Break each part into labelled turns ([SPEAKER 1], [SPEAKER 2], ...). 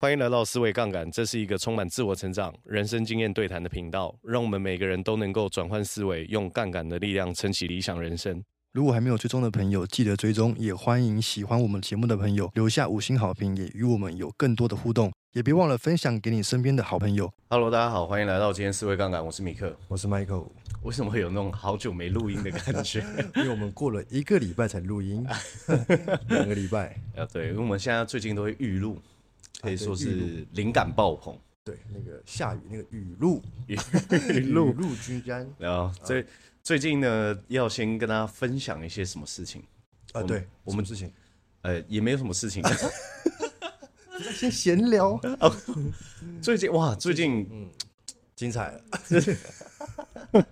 [SPEAKER 1] 欢迎来到思维杠杆，这是一个充满自我成长、人生经验对谈的频道，让我们每个人都能够转换思维，用杠杆的力量撑起理想人生。
[SPEAKER 2] 如果还没有追踪的朋友，记得追踪，也欢迎喜欢我们节目的朋友留下五星好评，也与我们有更多的互动，也别忘了分享给你身边的好朋友。
[SPEAKER 1] Hello，大家好，欢迎来到今天思维杠杆，我是米克。
[SPEAKER 2] 我是 Michael，
[SPEAKER 1] 为什么会有那种好久没录音的感觉？
[SPEAKER 2] 因为我们过了一个礼拜才录 音，两个礼拜，
[SPEAKER 1] 啊，对，因为我们现在最近都会预录，可以说
[SPEAKER 2] 啊对
[SPEAKER 1] 是灵感爆棚。
[SPEAKER 2] 对，那个下雨那个雨露，
[SPEAKER 1] 预
[SPEAKER 2] 雨
[SPEAKER 1] 录，
[SPEAKER 2] 露均沾
[SPEAKER 1] 然后最最近呢，要先跟大家分享一些什么事情？
[SPEAKER 2] 啊，
[SPEAKER 1] 我们
[SPEAKER 2] 对，
[SPEAKER 1] 我们
[SPEAKER 2] 什么事情
[SPEAKER 1] 呃，也没有什么 事情。
[SPEAKER 2] 先闲聊，
[SPEAKER 1] 最近哇，最
[SPEAKER 2] 嗯
[SPEAKER 1] 近
[SPEAKER 2] 精彩了，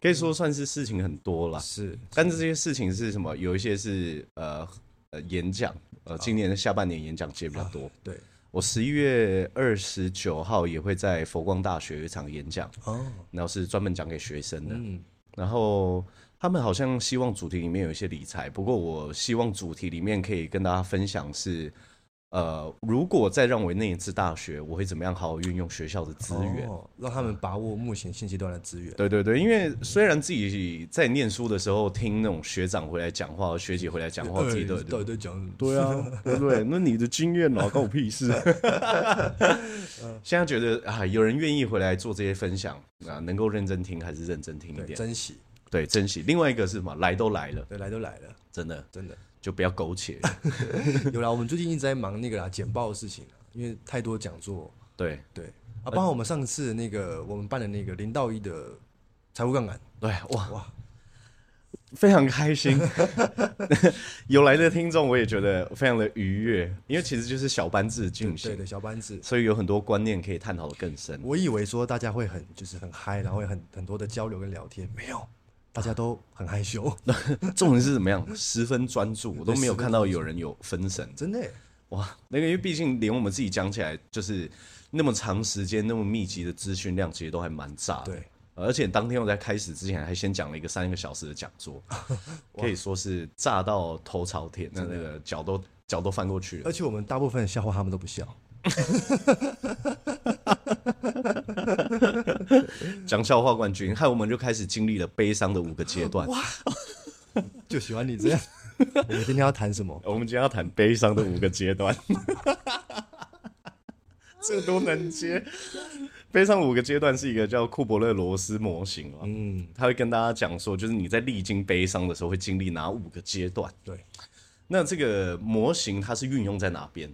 [SPEAKER 1] 可以说算是事情很多啦。
[SPEAKER 2] 是
[SPEAKER 1] 但是这些事情是什么？有一些是呃呃演讲，
[SPEAKER 2] 啊
[SPEAKER 1] 呃，今年的下半年演讲节比较多。
[SPEAKER 2] 对，
[SPEAKER 1] 我十一月二十九号也会在佛光大学有一场演讲，
[SPEAKER 2] 哦，
[SPEAKER 1] 然后是专门讲给学生的。
[SPEAKER 2] 嗯，
[SPEAKER 1] 然后他们好像希望主题里面有一些理财，不过我希望主题里面可以跟大家分享是，呃，如果再让我念一次大学，我会怎么样好好运用学校的资源？
[SPEAKER 2] 哦，让他们把握目前现阶段的资源，
[SPEAKER 1] 对对对，因为虽然自己在念书的时候听那种学长回来讲话、学姐回来讲话，自己都
[SPEAKER 2] 哎到底在讲什么？
[SPEAKER 1] 对啊，对不对？那你的经验啊老关我屁事。啊 现在觉得啊，有人愿意回来做这些分享啊，能够认真听还是认真听一
[SPEAKER 2] 对，
[SPEAKER 1] 点，
[SPEAKER 2] 珍惜，
[SPEAKER 1] 对，珍惜。另外一个是什么？来都来了，
[SPEAKER 2] 对，来都来了，
[SPEAKER 1] 真的
[SPEAKER 2] 真的。
[SPEAKER 1] 就不要苟且。
[SPEAKER 2] 有啦，我们最近一直在忙那个啦简报的事情啦，啊因为太多讲座，
[SPEAKER 1] 对
[SPEAKER 2] 对啊，包括我们上次那个我们办的那个零到一的财务杠杆，
[SPEAKER 1] 对，哇
[SPEAKER 2] 哇
[SPEAKER 1] 哇，非常开心。 有来的听众我也觉得非常的愉悦，因为其实就是小班制进
[SPEAKER 2] 对
[SPEAKER 1] 行，
[SPEAKER 2] 对，小班制。
[SPEAKER 1] 所以有很多观念可以探讨的更深。
[SPEAKER 2] 我以为说大家会很就是很嗨，然后会很很多的交流跟聊天，没有，大家都很害羞，
[SPEAKER 1] 重点是怎么样？十分专注，我都没有看到有人有分神。
[SPEAKER 2] 真的耶。
[SPEAKER 1] 哇，那个因为毕竟连我们自己讲起来，就是那么长时间、那么密集的资讯量，其实都还蛮炸的。
[SPEAKER 2] 对，
[SPEAKER 1] 而且当天我在开始之前还先讲了一个三个小时的讲座，可以说是炸到头朝天，那那个脚都脚都翻过去了
[SPEAKER 2] 而。且我们大部分的笑话他们都不笑，
[SPEAKER 1] 讲笑话冠军，害我们就开始经历了悲伤的五个阶段。
[SPEAKER 2] 就喜欢你 这样。我们今天要谈什么？
[SPEAKER 1] 我们今天要谈悲伤的五个阶段， 这都能接。悲伤五个阶段是一个叫库伯勒罗斯模型啊，
[SPEAKER 2] 嗯，
[SPEAKER 1] 他会跟大家讲说，就是你在历经悲伤的时候会经历哪五个阶段。
[SPEAKER 2] 对，
[SPEAKER 1] 那这个模型它是运用在哪边？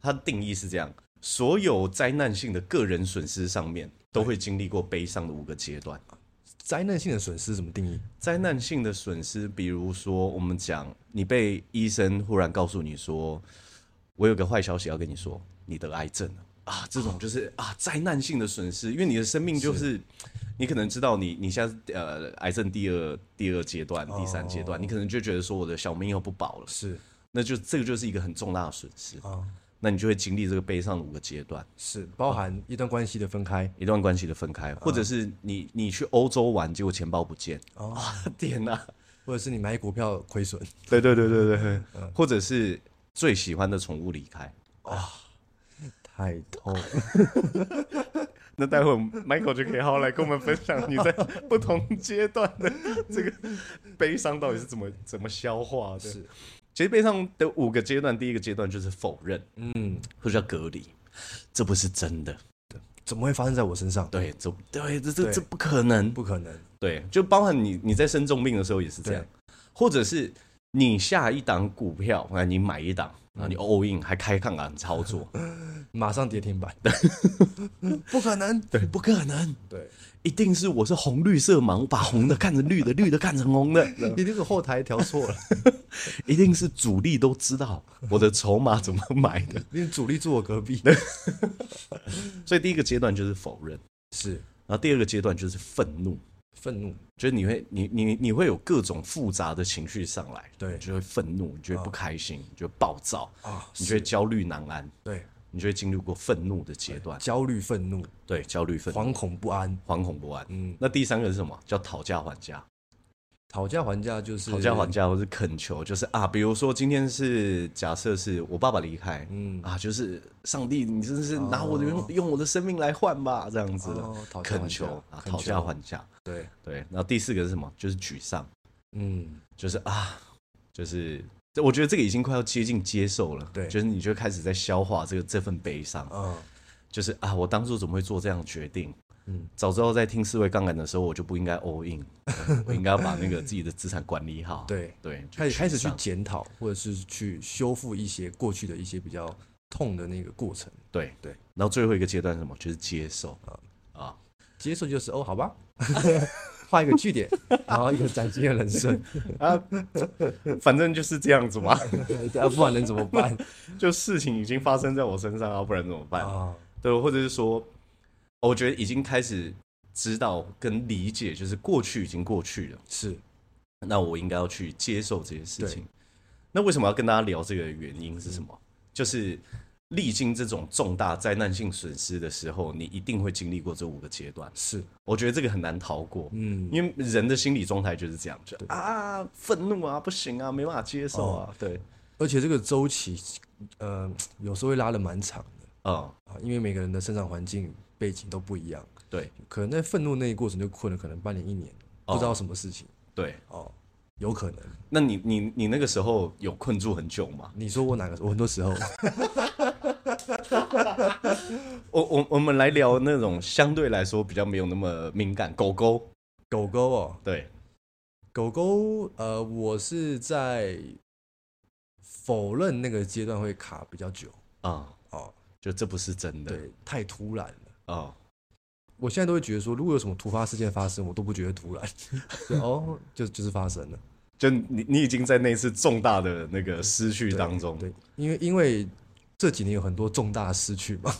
[SPEAKER 1] 它的定义是这样：所有灾难性的个人损失上面都会经历过悲伤的五个阶段。
[SPEAKER 2] 灾难性的损失怎么定义？
[SPEAKER 1] 灾难性的损失，比如说我们讲你被医生忽然告诉你说，我有个坏消息要跟你说，你得癌症了啊，这种就是啊灾难性的损失，因为你的生命就是。你可能知道你你现在呃癌症第二第二阶段第三阶段，你可能就觉得说我的小命又不保了，
[SPEAKER 2] 是
[SPEAKER 1] 那就这个就是一个很重大的损失，
[SPEAKER 2] 啊，
[SPEAKER 1] 那你就会经历这个悲伤的五个阶段，
[SPEAKER 2] 是包含一段关系的分开，
[SPEAKER 1] 一段关系的分开，或者是你你去欧洲玩，结果钱包不见，
[SPEAKER 2] 哦
[SPEAKER 1] 啊 天哪、
[SPEAKER 2] 或者是你买股票亏损，
[SPEAKER 1] 对对对对对，嗯或者是最喜欢的宠物离开。
[SPEAKER 2] 太痛了。
[SPEAKER 1] 那待会 Michael 就可以好好来跟我们分享你在不同阶段的 这个悲伤到底是怎么怎么消化的。是，其实悲伤的五个阶段，第一个阶段就是否认，
[SPEAKER 2] 嗯，
[SPEAKER 1] 或者叫隔离，这不是真的，
[SPEAKER 2] 怎么会发生在我身上？
[SPEAKER 1] 对，这对这这
[SPEAKER 2] 对
[SPEAKER 1] 这不可能，
[SPEAKER 2] 不可能。
[SPEAKER 1] 对，就包含你你在生重病的时候也是这样，或者是你下一档股票，啊，你买一档，然后你 all in 还开杠杆操作，
[SPEAKER 2] 马上跌停板， 不可能。
[SPEAKER 1] 对，不可能，
[SPEAKER 2] 对，
[SPEAKER 1] 一定是我是红绿色盲，我把红的看成绿的，绿的看成红的，
[SPEAKER 2] 你那个后台调 错了，
[SPEAKER 1] 一定是主力都知道我的筹码怎么买的。
[SPEAKER 2] 你主力坐我隔壁。
[SPEAKER 1] 所以第一个阶段就是否认，
[SPEAKER 2] 是
[SPEAKER 1] 然后第二个阶段就是愤怒，
[SPEAKER 2] 愤怒，
[SPEAKER 1] 就是你会你你你会有各种复杂的情绪上来，
[SPEAKER 2] 对
[SPEAKER 1] 你就会愤怒，你就会不开心，你就会暴躁
[SPEAKER 2] 啊
[SPEAKER 1] 你就会焦虑难安，
[SPEAKER 2] 对，
[SPEAKER 1] 你就会经历过愤怒的阶段，
[SPEAKER 2] 焦虑、愤怒、
[SPEAKER 1] 对，焦虑愤怒。
[SPEAKER 2] 啊惶恐不安。
[SPEAKER 1] 惶恐不安，
[SPEAKER 2] 嗯
[SPEAKER 1] 那第三个是什么？叫讨价还价。
[SPEAKER 2] 讨价还价就是
[SPEAKER 1] 讨价还，价，或是恳求，就是啊，比如说今天是假设是我爸爸离开，
[SPEAKER 2] 嗯
[SPEAKER 1] 啊，就是上帝，你真是拿我的用、用我的生命来换吧，这样子的、
[SPEAKER 2] 哦讨价还价
[SPEAKER 1] 恳求啊，
[SPEAKER 2] 恳
[SPEAKER 1] 讨价
[SPEAKER 2] 求
[SPEAKER 1] 还价。
[SPEAKER 2] 对，
[SPEAKER 1] 对，然后第四个是什么？就是沮丧，
[SPEAKER 2] 嗯，
[SPEAKER 1] 就是啊，就是这我觉得这个已经快要接近接受了，
[SPEAKER 2] 对
[SPEAKER 1] 就是你就开始在消化这个这份悲伤，
[SPEAKER 2] 啊，
[SPEAKER 1] 就是啊，我当初怎么会做这样的决定？
[SPEAKER 2] 嗯
[SPEAKER 1] 早知道在听四位杠杆的时候，我就不应该 all in，对我应该把那个自己的资产管理好。
[SPEAKER 2] 对
[SPEAKER 1] 对，就
[SPEAKER 2] 开始开始去
[SPEAKER 1] 沮丧
[SPEAKER 2] 检讨，或者是去修复一些过去的一些比较痛的那个过程。
[SPEAKER 1] 对
[SPEAKER 2] 对。嗯
[SPEAKER 1] 然后最后一个阶段是什么？就是接受啊，
[SPEAKER 2] 接受就是哦，好吧，画一个句点，然后一个崭新的 人生，
[SPEAKER 1] 反正就是这样子嘛。
[SPEAKER 2] 啊，不然能怎么办
[SPEAKER 1] 就事情已经发生在我身上啊，不然怎么办？
[SPEAKER 2] 啊？
[SPEAKER 1] 对，或者是说，哦我觉得已经开始知道跟理解，就是过去已经过去了，
[SPEAKER 2] 是
[SPEAKER 1] 那我应该要去接受这些事情。那为什么要跟大家聊这个原因是什么？就是历经这种重大灾难性损失的时候，你一定会经历过这五个阶段。
[SPEAKER 2] 是，
[SPEAKER 1] 我觉得这个很难逃过，
[SPEAKER 2] 嗯，
[SPEAKER 1] 因为人的心理状态就是这样，就啊愤怒啊不行啊，没办法接受啊，对，
[SPEAKER 2] 而且这个周期，呃，有时候会拉的蛮长的
[SPEAKER 1] 嗯，
[SPEAKER 2] 啊，因为每个人的生长环境背景都不一样，
[SPEAKER 1] 对
[SPEAKER 2] 可能在愤怒那一过程就困了，可能半年一年，不知道什么事情
[SPEAKER 1] 对。
[SPEAKER 2] 哦，有可能。
[SPEAKER 1] 那你你你那个时候有困住很久吗？
[SPEAKER 2] 你说我哪个？我很多时 候，
[SPEAKER 1] 我我我们来聊那种相对来说比较没有那么敏感，狗狗
[SPEAKER 2] 狗狗哦，
[SPEAKER 1] 对，
[SPEAKER 2] 狗狗，呃，我是在否认那个阶段会卡比较久
[SPEAKER 1] 啊、
[SPEAKER 2] 哦，
[SPEAKER 1] 就这不是真的，
[SPEAKER 2] 对，太突然了。
[SPEAKER 1] 哦，
[SPEAKER 2] 我现在都会觉得说，如果有什么突发事件发生，我都不觉得突然， 就哦，就就是发生了
[SPEAKER 1] 就你你已经在那次重大的那个失去
[SPEAKER 2] 对
[SPEAKER 1] 当中，
[SPEAKER 2] 对，因为因为这几年有很多重大失去 嘛，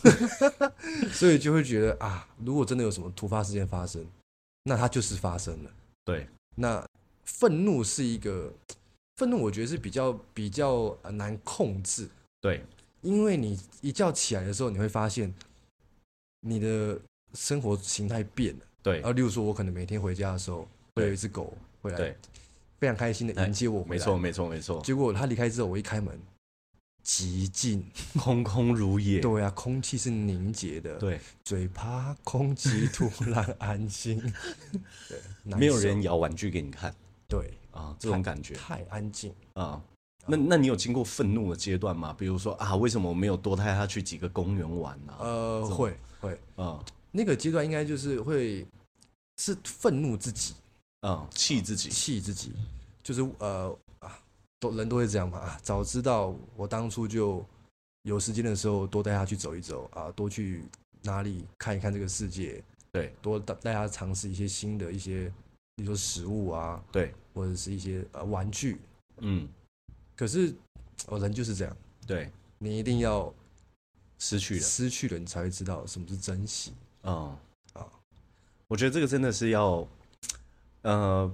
[SPEAKER 2] 所以就会觉得啊，如果真的有什么突发事件发生，那它就是发生了。
[SPEAKER 1] 对
[SPEAKER 2] 那愤怒是一个愤怒，我觉得是比较比较呃难控制。
[SPEAKER 1] 对
[SPEAKER 2] 因为你一觉起来的时候，你会发现你的生活形态变了。
[SPEAKER 1] 对
[SPEAKER 2] 啊，例如说，我可能每天回家的时候，会
[SPEAKER 1] 对
[SPEAKER 2] 有一只狗会来
[SPEAKER 1] 对，
[SPEAKER 2] 非常开心的迎接我回
[SPEAKER 1] 没
[SPEAKER 2] 来
[SPEAKER 1] 错。没错没错，
[SPEAKER 2] 结果它离开之后，我一开门，极静。
[SPEAKER 1] 空空如也，
[SPEAKER 2] 对啊，空气是凝结的。，
[SPEAKER 1] 对，
[SPEAKER 2] 嘴巴空气突 然安静。对，难
[SPEAKER 1] 没有
[SPEAKER 2] 受
[SPEAKER 1] 人。摇玩具给你看
[SPEAKER 2] 对，
[SPEAKER 1] 啊，这种感觉
[SPEAKER 2] 太安静。
[SPEAKER 1] 啊。那那你有经过愤怒的阶段吗？比如说啊，为什么我没有多带他去几个公园玩呢、啊？
[SPEAKER 2] 呃，
[SPEAKER 1] 这种
[SPEAKER 2] 会会，
[SPEAKER 1] 嗯
[SPEAKER 2] 那个阶段应该就是会是愤怒自己。
[SPEAKER 1] 嗯，气自己，
[SPEAKER 2] 气自己，就是呃啊，都人都会这样嘛。啊早知道我当初就有时间的时候多带他去走一走啊，多去哪里看一看这个世界，
[SPEAKER 1] 对
[SPEAKER 2] 多带带他尝试一些新的一些，比如说食物啊，
[SPEAKER 1] 对，
[SPEAKER 2] 或者是一些呃玩具。
[SPEAKER 1] 嗯
[SPEAKER 2] 可是哦，人就是这样，
[SPEAKER 1] 对，
[SPEAKER 2] 你一定要
[SPEAKER 1] 失去了。
[SPEAKER 2] 失去了，你才会知道什么是珍惜。
[SPEAKER 1] 嗯，
[SPEAKER 2] 啊
[SPEAKER 1] 我觉得这个真的是要，呃，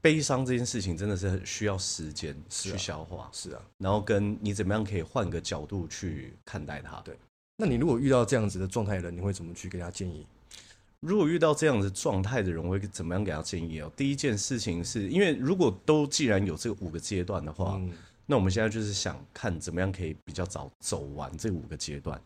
[SPEAKER 1] 悲伤这件事情真的是很需要时间
[SPEAKER 2] 是啊
[SPEAKER 1] 去消化，
[SPEAKER 2] 是啊，
[SPEAKER 1] 然后跟你怎么样可以换个角度去看待它。
[SPEAKER 2] 对那你如果遇到这样子的状态的人，你会怎么去给他建议？
[SPEAKER 1] 如果遇到这样子状态的人，我会怎么样给他建议哦？第一件事情是因为如果都既然有这五个阶段的话，
[SPEAKER 2] 嗯，
[SPEAKER 1] 那我们现在就是想看怎么样可以比较早走完这五个阶段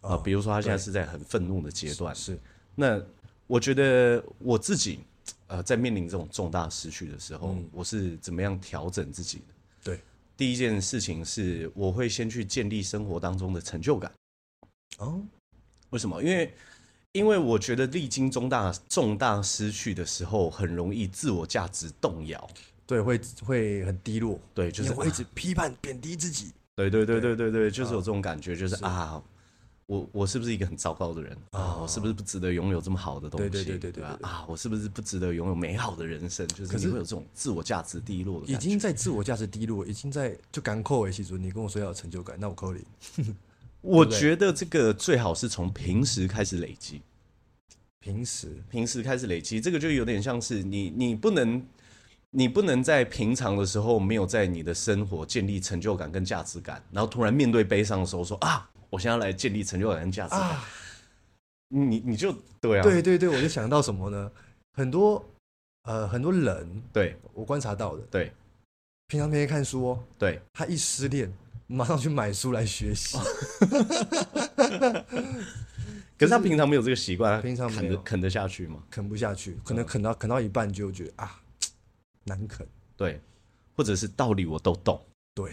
[SPEAKER 1] 啊、
[SPEAKER 2] 哦
[SPEAKER 1] 比如说他现在
[SPEAKER 2] 对
[SPEAKER 1] 是在很愤怒的阶段，
[SPEAKER 2] 是
[SPEAKER 1] 那我觉得我自己，呃，在面临这种重大失去的时候，
[SPEAKER 2] 嗯
[SPEAKER 1] 我是怎么样调整自己的？
[SPEAKER 2] 对，
[SPEAKER 1] 第一件事情是，我会先去建立生活当中的成就感。
[SPEAKER 2] 哦，
[SPEAKER 1] 为什么？因为因为我觉得历经重大重大失去的时候，很容易自我价值动摇。
[SPEAKER 2] 对，会会很低落，
[SPEAKER 1] 对，就是
[SPEAKER 2] 你会一
[SPEAKER 1] 啊
[SPEAKER 2] 直批判、贬低自己。
[SPEAKER 1] 对对对对对对，就是
[SPEAKER 2] 嗯
[SPEAKER 1] 有这种感觉，就是啊，我我是不是一个很糟糕的人啊？我是不是不值得拥有这么好的东西？
[SPEAKER 2] 对对对对对
[SPEAKER 1] 吧
[SPEAKER 2] 对
[SPEAKER 1] 啊，我是不是不值得拥有美好的人生？就是
[SPEAKER 2] 可
[SPEAKER 1] 你
[SPEAKER 2] 是
[SPEAKER 1] 会有这种自我价值低落的
[SPEAKER 2] 已
[SPEAKER 1] 感觉。
[SPEAKER 2] 经在自我价值低落，已经在就敢扣欸维其实你跟我说要有成就感，那我扣你。
[SPEAKER 1] 我
[SPEAKER 2] 对
[SPEAKER 1] 觉得这个最好是从平时开始累积，
[SPEAKER 2] 平时
[SPEAKER 1] 平时开始累积，这个就有点像是你你不能。你不能在平常的时候没有在你的生活建立成就感跟价值感，然后突然面对悲伤的时候说啊，我现在要来建立成就感跟价值感，
[SPEAKER 2] 啊，
[SPEAKER 1] 你你就对啊，
[SPEAKER 2] 对对对，我就想到什么呢？很多呃，很多人
[SPEAKER 1] 对
[SPEAKER 2] 我观察到的，
[SPEAKER 1] 对
[SPEAKER 2] 平常没看书、哦，
[SPEAKER 1] 对，
[SPEAKER 2] 他一失恋马上去买书来学习，
[SPEAKER 1] 可是他平常没有这个习惯，他
[SPEAKER 2] 平常没
[SPEAKER 1] 啃得
[SPEAKER 2] 有
[SPEAKER 1] 啃得下去吗？
[SPEAKER 2] 啃不下去，可能啃到啃到一半就觉得啊，难啃。
[SPEAKER 1] 对，或者是道理我都懂，啊
[SPEAKER 2] 对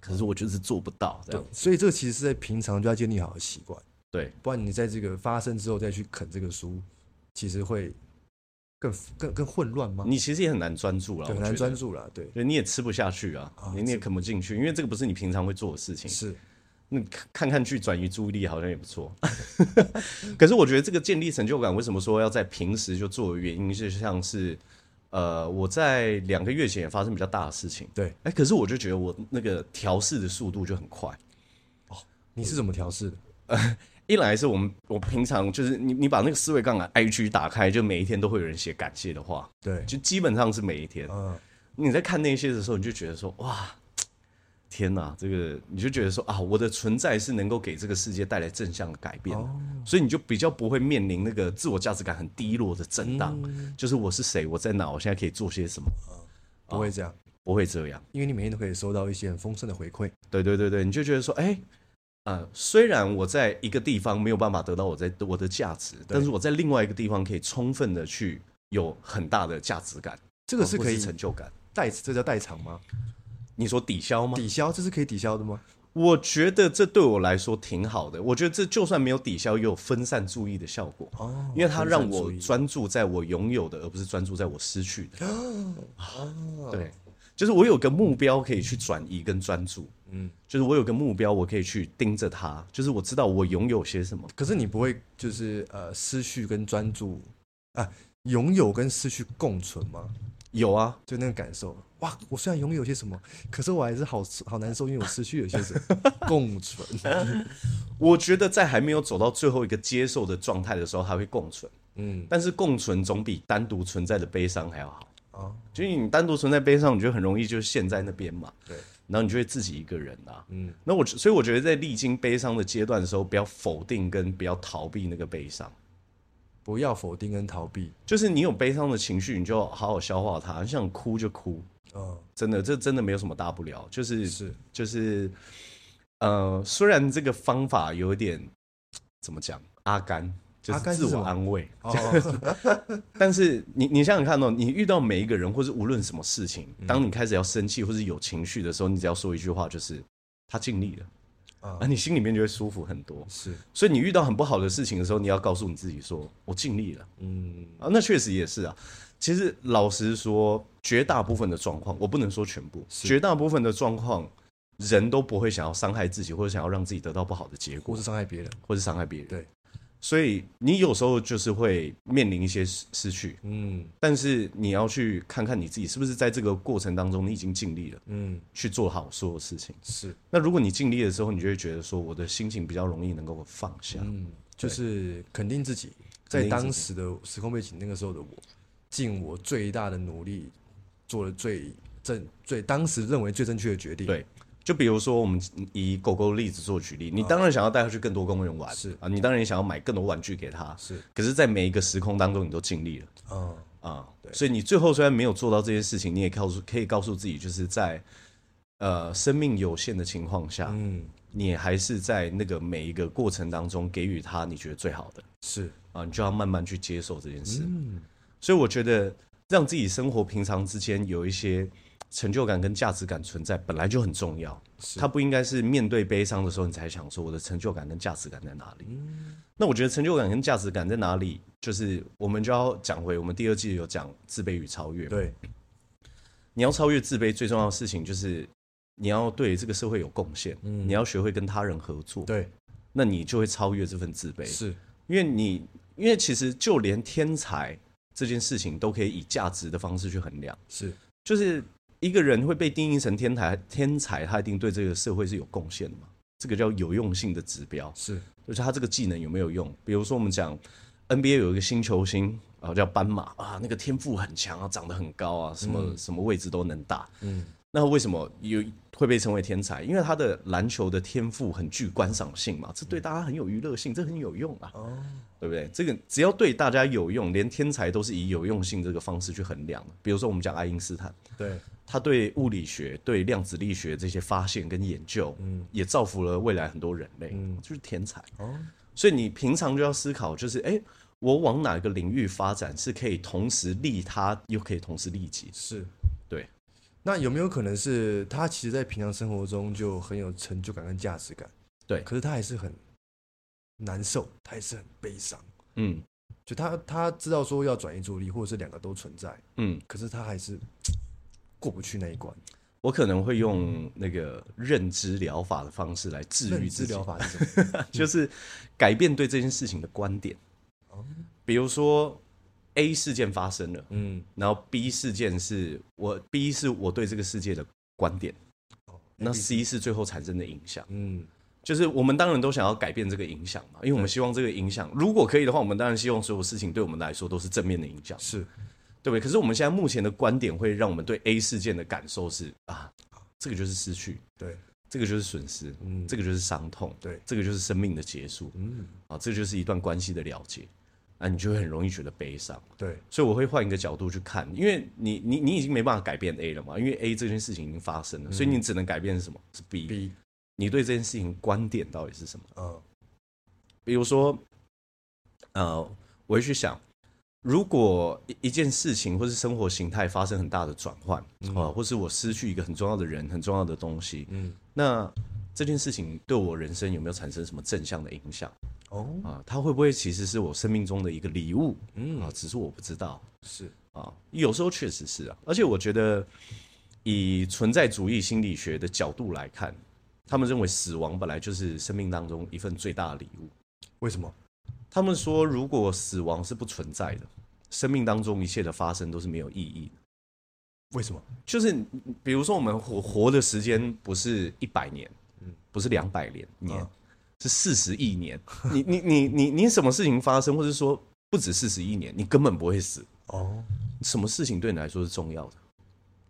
[SPEAKER 1] 可是我就是做不到这
[SPEAKER 2] 对
[SPEAKER 1] 样。，
[SPEAKER 2] 所以这个其实是在平常就要建立好的习惯，
[SPEAKER 1] 对
[SPEAKER 2] 不然你在这个发生之后再去啃这个书，其实会更更更混乱吗？
[SPEAKER 1] 你其实也很难专注了，
[SPEAKER 2] 对，很
[SPEAKER 1] 嗯我觉
[SPEAKER 2] 难
[SPEAKER 1] 得
[SPEAKER 2] 专，注啦。对，
[SPEAKER 1] 对，你也吃不下去啊，
[SPEAKER 2] 啊
[SPEAKER 1] 你你也啃不进去，因为这个不是你平常会做的事情。
[SPEAKER 2] 是
[SPEAKER 1] 那看看看剧转移注意力好像也不错。 可是我觉得这个建立成就感，为什么说要在平时就做的原因，就像是呃，我在两个月前也发生比较大的事情，
[SPEAKER 2] 对。
[SPEAKER 1] 哎，可是我就觉得我那个调试的速度就很快。
[SPEAKER 2] 你是怎么调试的？
[SPEAKER 1] 一来是我们我平常就是你你把那个思维杠杆 IG 打开，就每一天都会有人写感谢的话，
[SPEAKER 2] 对，
[SPEAKER 1] 就基本上是每一天。
[SPEAKER 2] 嗯，
[SPEAKER 1] 你在看那些的时候，你就觉得说哇，天哪，这个你就觉得说啊，我的存在是能够给这个世界带来正向的改变的，所以你就比较不会面临那个自我价值感很低落的震荡，就是我是谁，我在哪，我现在可以做些什么，
[SPEAKER 2] 不会这样，
[SPEAKER 1] 不会这样。
[SPEAKER 2] 因为你每天都可以收到一些很丰盛的回馈。
[SPEAKER 1] 对对对对，你就觉得说，哎、呃，虽然我在一个地方没有办法得到我在我的价值，但是我在另外一个地方可以充分的去有很大的价值感，
[SPEAKER 2] 这
[SPEAKER 1] 这
[SPEAKER 2] 个是可以
[SPEAKER 1] 哦成就感。
[SPEAKER 2] 代，这叫代偿吗？
[SPEAKER 1] 你说抵消吗？
[SPEAKER 2] 抵消，这是可以抵消的吗？
[SPEAKER 1] 我觉得这对我来说挺好的。我觉得这就算没有抵消，也有分散注意的效果，
[SPEAKER 2] 哦
[SPEAKER 1] 因为它让我
[SPEAKER 2] 分散注意
[SPEAKER 1] 专注在我拥有的，而不是专注在我失去的。
[SPEAKER 2] 哦
[SPEAKER 1] 啊对，就是我有个目标可以去转移跟专注，
[SPEAKER 2] 嗯，
[SPEAKER 1] 就是我有个目标，我可以去盯着它，就是我知道我拥有些什么。
[SPEAKER 2] 可是你不会就是呃失去跟专注啊，拥有跟失去共存吗？
[SPEAKER 1] 有啊，
[SPEAKER 2] 就那个感受，哇！我虽然拥有些什么，可是我还是好好难受，因为我失去了些什么。共存，
[SPEAKER 1] 我觉得在还没有走到最后一个接受的状态的时候，还会共存，
[SPEAKER 2] 嗯
[SPEAKER 1] 但是共存总比单独存在的悲伤还要好。
[SPEAKER 2] 啊，
[SPEAKER 1] 就是你单独存在悲伤，你就很容易就陷在那边嘛。
[SPEAKER 2] 对，
[SPEAKER 1] 然后你就会自己一个人啊。
[SPEAKER 2] 嗯，
[SPEAKER 1] 那我所以我觉得在历经悲伤的阶段的时候，不要否定跟不要逃避那个悲伤。
[SPEAKER 2] 不要否定跟逃避，
[SPEAKER 1] 就是你有悲伤的情绪，你就好好消化它，你想哭就哭，
[SPEAKER 2] 嗯，
[SPEAKER 1] 真的，这真的没有什么大不了。就是
[SPEAKER 2] 是
[SPEAKER 1] 就是，呃，虽然这个方法有一点怎么讲，阿甘就
[SPEAKER 2] 阿甘是
[SPEAKER 1] 自
[SPEAKER 2] 什
[SPEAKER 1] 我
[SPEAKER 2] 么
[SPEAKER 1] 安慰，
[SPEAKER 2] 哦，
[SPEAKER 1] 但是你你想想看哦，你遇到每一个人，或是无论什么事情，当你开始要生气或是有情绪的时候，你只要说一句话，就是他尽力了。
[SPEAKER 2] 啊
[SPEAKER 1] 啊，你心里面就会舒服很多。
[SPEAKER 2] 是，
[SPEAKER 1] 所以你遇到很不好的事情的时候，你要告诉你自己说：“我尽力了。
[SPEAKER 2] 嗯”
[SPEAKER 1] 啊，那确实也是啊。其实老实说，绝大部分的状况，我不能说全部，绝大部分的状况，人都不会想要伤害自己，或者想要让自己得到不好的结
[SPEAKER 2] 或
[SPEAKER 1] 果
[SPEAKER 2] 是，伤害别人，
[SPEAKER 1] 或是伤害别人。
[SPEAKER 2] 对，
[SPEAKER 1] 所以你有时候就是会面临一些失失去，
[SPEAKER 2] 嗯
[SPEAKER 1] 但是你要去看看你自己是不是在这个过程当中，你已经尽力了，
[SPEAKER 2] 嗯，
[SPEAKER 1] 去做好所有事情。
[SPEAKER 2] 是，
[SPEAKER 1] 那如果你尽力的时候，你就会觉得说，我的心情比较容易能够放下。
[SPEAKER 2] 嗯，就是肯定自己，
[SPEAKER 1] 肯定自己
[SPEAKER 2] 在当时的时空背景那个时候的我，尽我最大的努力，做了最正最当时认为最正确的决定，，
[SPEAKER 1] 对，就比如说我们以狗狗例子做举例，你当然想要带它去更多公园玩，
[SPEAKER 2] 是
[SPEAKER 1] 啊，你当然也想要买更多玩具给它，
[SPEAKER 2] 是，
[SPEAKER 1] 可是，在每一个时空当中，你都尽力了
[SPEAKER 2] 嗯，
[SPEAKER 1] 啊，所以你最后虽然没有做到这些事情，你也告诉可以告诉自己，就是在呃生命有限的情况下，
[SPEAKER 2] 嗯，
[SPEAKER 1] 你还是在那个每一个过程当中给予它你觉得最好的
[SPEAKER 2] 是，
[SPEAKER 1] 啊，你就要慢慢去接受这件事。
[SPEAKER 2] 嗯，
[SPEAKER 1] 所以我觉得让自己生活平常之间有一些成就感跟价值感存在，本来就很重要。
[SPEAKER 2] 是
[SPEAKER 1] 它不应该是面对悲伤的时候你才想说我的成就感跟价值感在哪里。
[SPEAKER 2] 嗯
[SPEAKER 1] 那我觉得成就感跟价值感在哪里，就是我们就要讲回我们第二季有讲自卑与超越。
[SPEAKER 2] 对，
[SPEAKER 1] 你要超越自卑，最重要的事情就是你要对这个社会有贡献，你要学会跟他人合作，
[SPEAKER 2] 嗯对，
[SPEAKER 1] 那你就会超越这份自卑。
[SPEAKER 2] 是，
[SPEAKER 1] 因为你，因为其实就连天才这件事情都可以以价值的方式去衡量，
[SPEAKER 2] 是，
[SPEAKER 1] 就是一个人会被定义成天才，天才他一定对这个社会是有贡献的嘛，这个叫有用性的指标，
[SPEAKER 2] 是，
[SPEAKER 1] 就是他这个技能有没有用。比如说我们讲 NBA 有一个新球星啊，叫斑马啊，那个天赋很强啊，长得很高啊，什么、什么位置都能打，
[SPEAKER 2] 嗯，
[SPEAKER 1] 那为什么有会被称为天才？因为他的篮球的天赋很具观赏性嘛，这对大家很有娱乐性，这很有用啊，
[SPEAKER 2] 哦，
[SPEAKER 1] 对不对？这个只要对大家有用，连天才都是以有用性这个方式去衡量的。比如说我们讲爱因斯坦，
[SPEAKER 2] 对，
[SPEAKER 1] 他对物理学、对量子力学这些发现跟研究，
[SPEAKER 2] 嗯
[SPEAKER 1] 也造福了未来很多人类，
[SPEAKER 2] 嗯
[SPEAKER 1] 就是天才。
[SPEAKER 2] 哦，
[SPEAKER 1] 所以你平常就要思考，就是哎、诶我往哪个领域发展是可以同时利他，又可以同时利己？
[SPEAKER 2] 是
[SPEAKER 1] 对。
[SPEAKER 2] 那有没有可能是他其实，在平常生活中就很有成就感跟价值感，
[SPEAKER 1] 对
[SPEAKER 2] 可是他还是很难受，他还是很悲伤。
[SPEAKER 1] 嗯
[SPEAKER 2] 就他他知道说要转移注意力，或者是两个都存在，
[SPEAKER 1] 嗯，
[SPEAKER 2] 可是他还是过不去那一关。
[SPEAKER 1] 我可能会用那个认知疗法的方式来治
[SPEAKER 2] 认
[SPEAKER 1] 愈
[SPEAKER 2] 知
[SPEAKER 1] 自己
[SPEAKER 2] 疗，法 是什么？
[SPEAKER 1] 就是改变对这件事情的观点。
[SPEAKER 2] 哦
[SPEAKER 1] 比如说 A 事件发生了，
[SPEAKER 2] 嗯，
[SPEAKER 1] 然后 B 事件是我 B 是我对这个世界的观点，
[SPEAKER 2] 哦
[SPEAKER 1] 那
[SPEAKER 2] ABC
[SPEAKER 1] C 是最后产生的影响。
[SPEAKER 2] 嗯，
[SPEAKER 1] 就是我们当然都想要改变这个影响嘛，因为我们希望这个影响，如果可以的话，我们当然希望所有事情对我们来说都是正面的影响，
[SPEAKER 2] 是
[SPEAKER 1] 对不对？可是我们现在目前的观点会让我们对 A 事件的感受是啊，这个就是失去，
[SPEAKER 2] 对，
[SPEAKER 1] 这个就是损失，
[SPEAKER 2] 嗯
[SPEAKER 1] 这个就是伤痛，
[SPEAKER 2] 对
[SPEAKER 1] 这个就是生命的结束，
[SPEAKER 2] 嗯，
[SPEAKER 1] 啊，这就是一段关系的了结，啊，你就会很容易觉得悲伤。
[SPEAKER 2] 对，
[SPEAKER 1] 所以我会换一个角度去看，因为你你你已经没办法改变 A 了嘛，因为 A 这件事情已经发生了，所以你只能改变是什么？是 B。
[SPEAKER 2] B
[SPEAKER 1] 你对这件事情观点到底是什么？
[SPEAKER 2] 啊，
[SPEAKER 1] 比如说，呃，我会去想，如果一一件事情或是生活形态发生很大的转换，啊、或是我失去一个很重要的人、很重要的东西，
[SPEAKER 2] 嗯，
[SPEAKER 1] 那这件事情对我人生有没有产生什么正向的影响
[SPEAKER 2] 哦，
[SPEAKER 1] 啊、它会不会其实是我生命中的一个礼物啊、
[SPEAKER 2] 嗯，
[SPEAKER 1] 只是我不知道
[SPEAKER 2] 是
[SPEAKER 1] 啊、有时候确实是啊，而且我觉得以存在主义心理学的角度来看，他们认为死亡本来就是生命当中一份最大的礼物。
[SPEAKER 2] 为什么？
[SPEAKER 1] 他们说，如果死亡是不存在的，生命当中一切的发生都是没有意义的。
[SPEAKER 2] 为什么？
[SPEAKER 1] 就是比如说，我们活活的时间不是一百年，不是两百年年，
[SPEAKER 2] 啊
[SPEAKER 1] 是四十亿年。 你你你你你什么事情发生，或者说不止四十亿年，你根本不会死。
[SPEAKER 2] 哦，
[SPEAKER 1] 什么事情对你来说是重要的？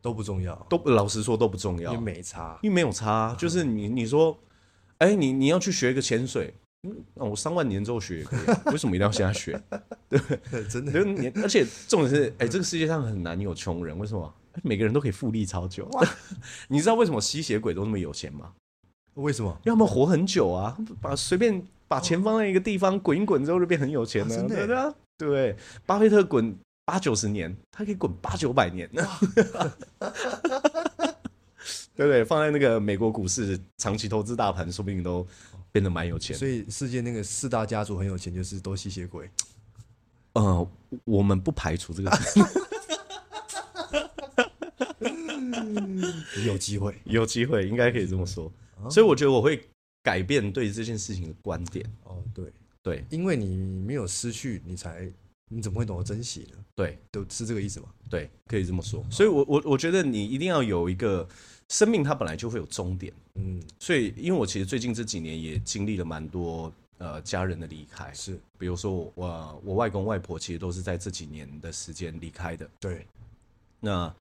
[SPEAKER 2] 都不重要，
[SPEAKER 1] 都老实说都不重要
[SPEAKER 2] 也，没差。
[SPEAKER 1] 因为没有差啊。就是你你说，哎、你你要去学一个潜水，嗯，那我三万年之后学也可以啊，为什么一定要现在学？
[SPEAKER 2] 真的
[SPEAKER 1] 就是你，而且重点是，哎、这个世界上很难有穷人，为什么？哎每个人都可以复利超久。 你知道为什么吸血鬼都那么有钱吗？
[SPEAKER 2] 为什么？
[SPEAKER 1] 因为他们活很久啊，
[SPEAKER 2] 嗯
[SPEAKER 1] 把随便把钱放在一个地方滚一滚之后就变很有钱了、
[SPEAKER 2] 啊真的耶
[SPEAKER 1] 对啊，对，巴菲特滚八九十年，他可以滚八九百年， 对不对？放在那个美国股市长期投资大盘，说不定都变得蛮有钱。
[SPEAKER 2] 所以世界那个四大家族很有钱，就是都吸血鬼。
[SPEAKER 1] 呃，我们不排除这
[SPEAKER 2] 啊
[SPEAKER 1] 个
[SPEAKER 2] 你有机会
[SPEAKER 1] 有机会，应该可以这么说。所以我觉得我会改变对这件事情的观点。
[SPEAKER 2] 哦，对，
[SPEAKER 1] 对
[SPEAKER 2] 因为你没有失去，你才你怎么会懂得珍惜呢？
[SPEAKER 1] 对
[SPEAKER 2] 都是这个意思吗？
[SPEAKER 1] 对，可以这么说。所以我我我觉得你一定要有一个生命，它本来就会有终点。
[SPEAKER 2] 嗯，
[SPEAKER 1] 所以，因为我其实最近这几年也经历了蛮多呃家人的离开，
[SPEAKER 2] 是
[SPEAKER 1] 比如说我我我外公外婆其实都是在这几年的时间离开的。
[SPEAKER 2] 对，
[SPEAKER 1] 那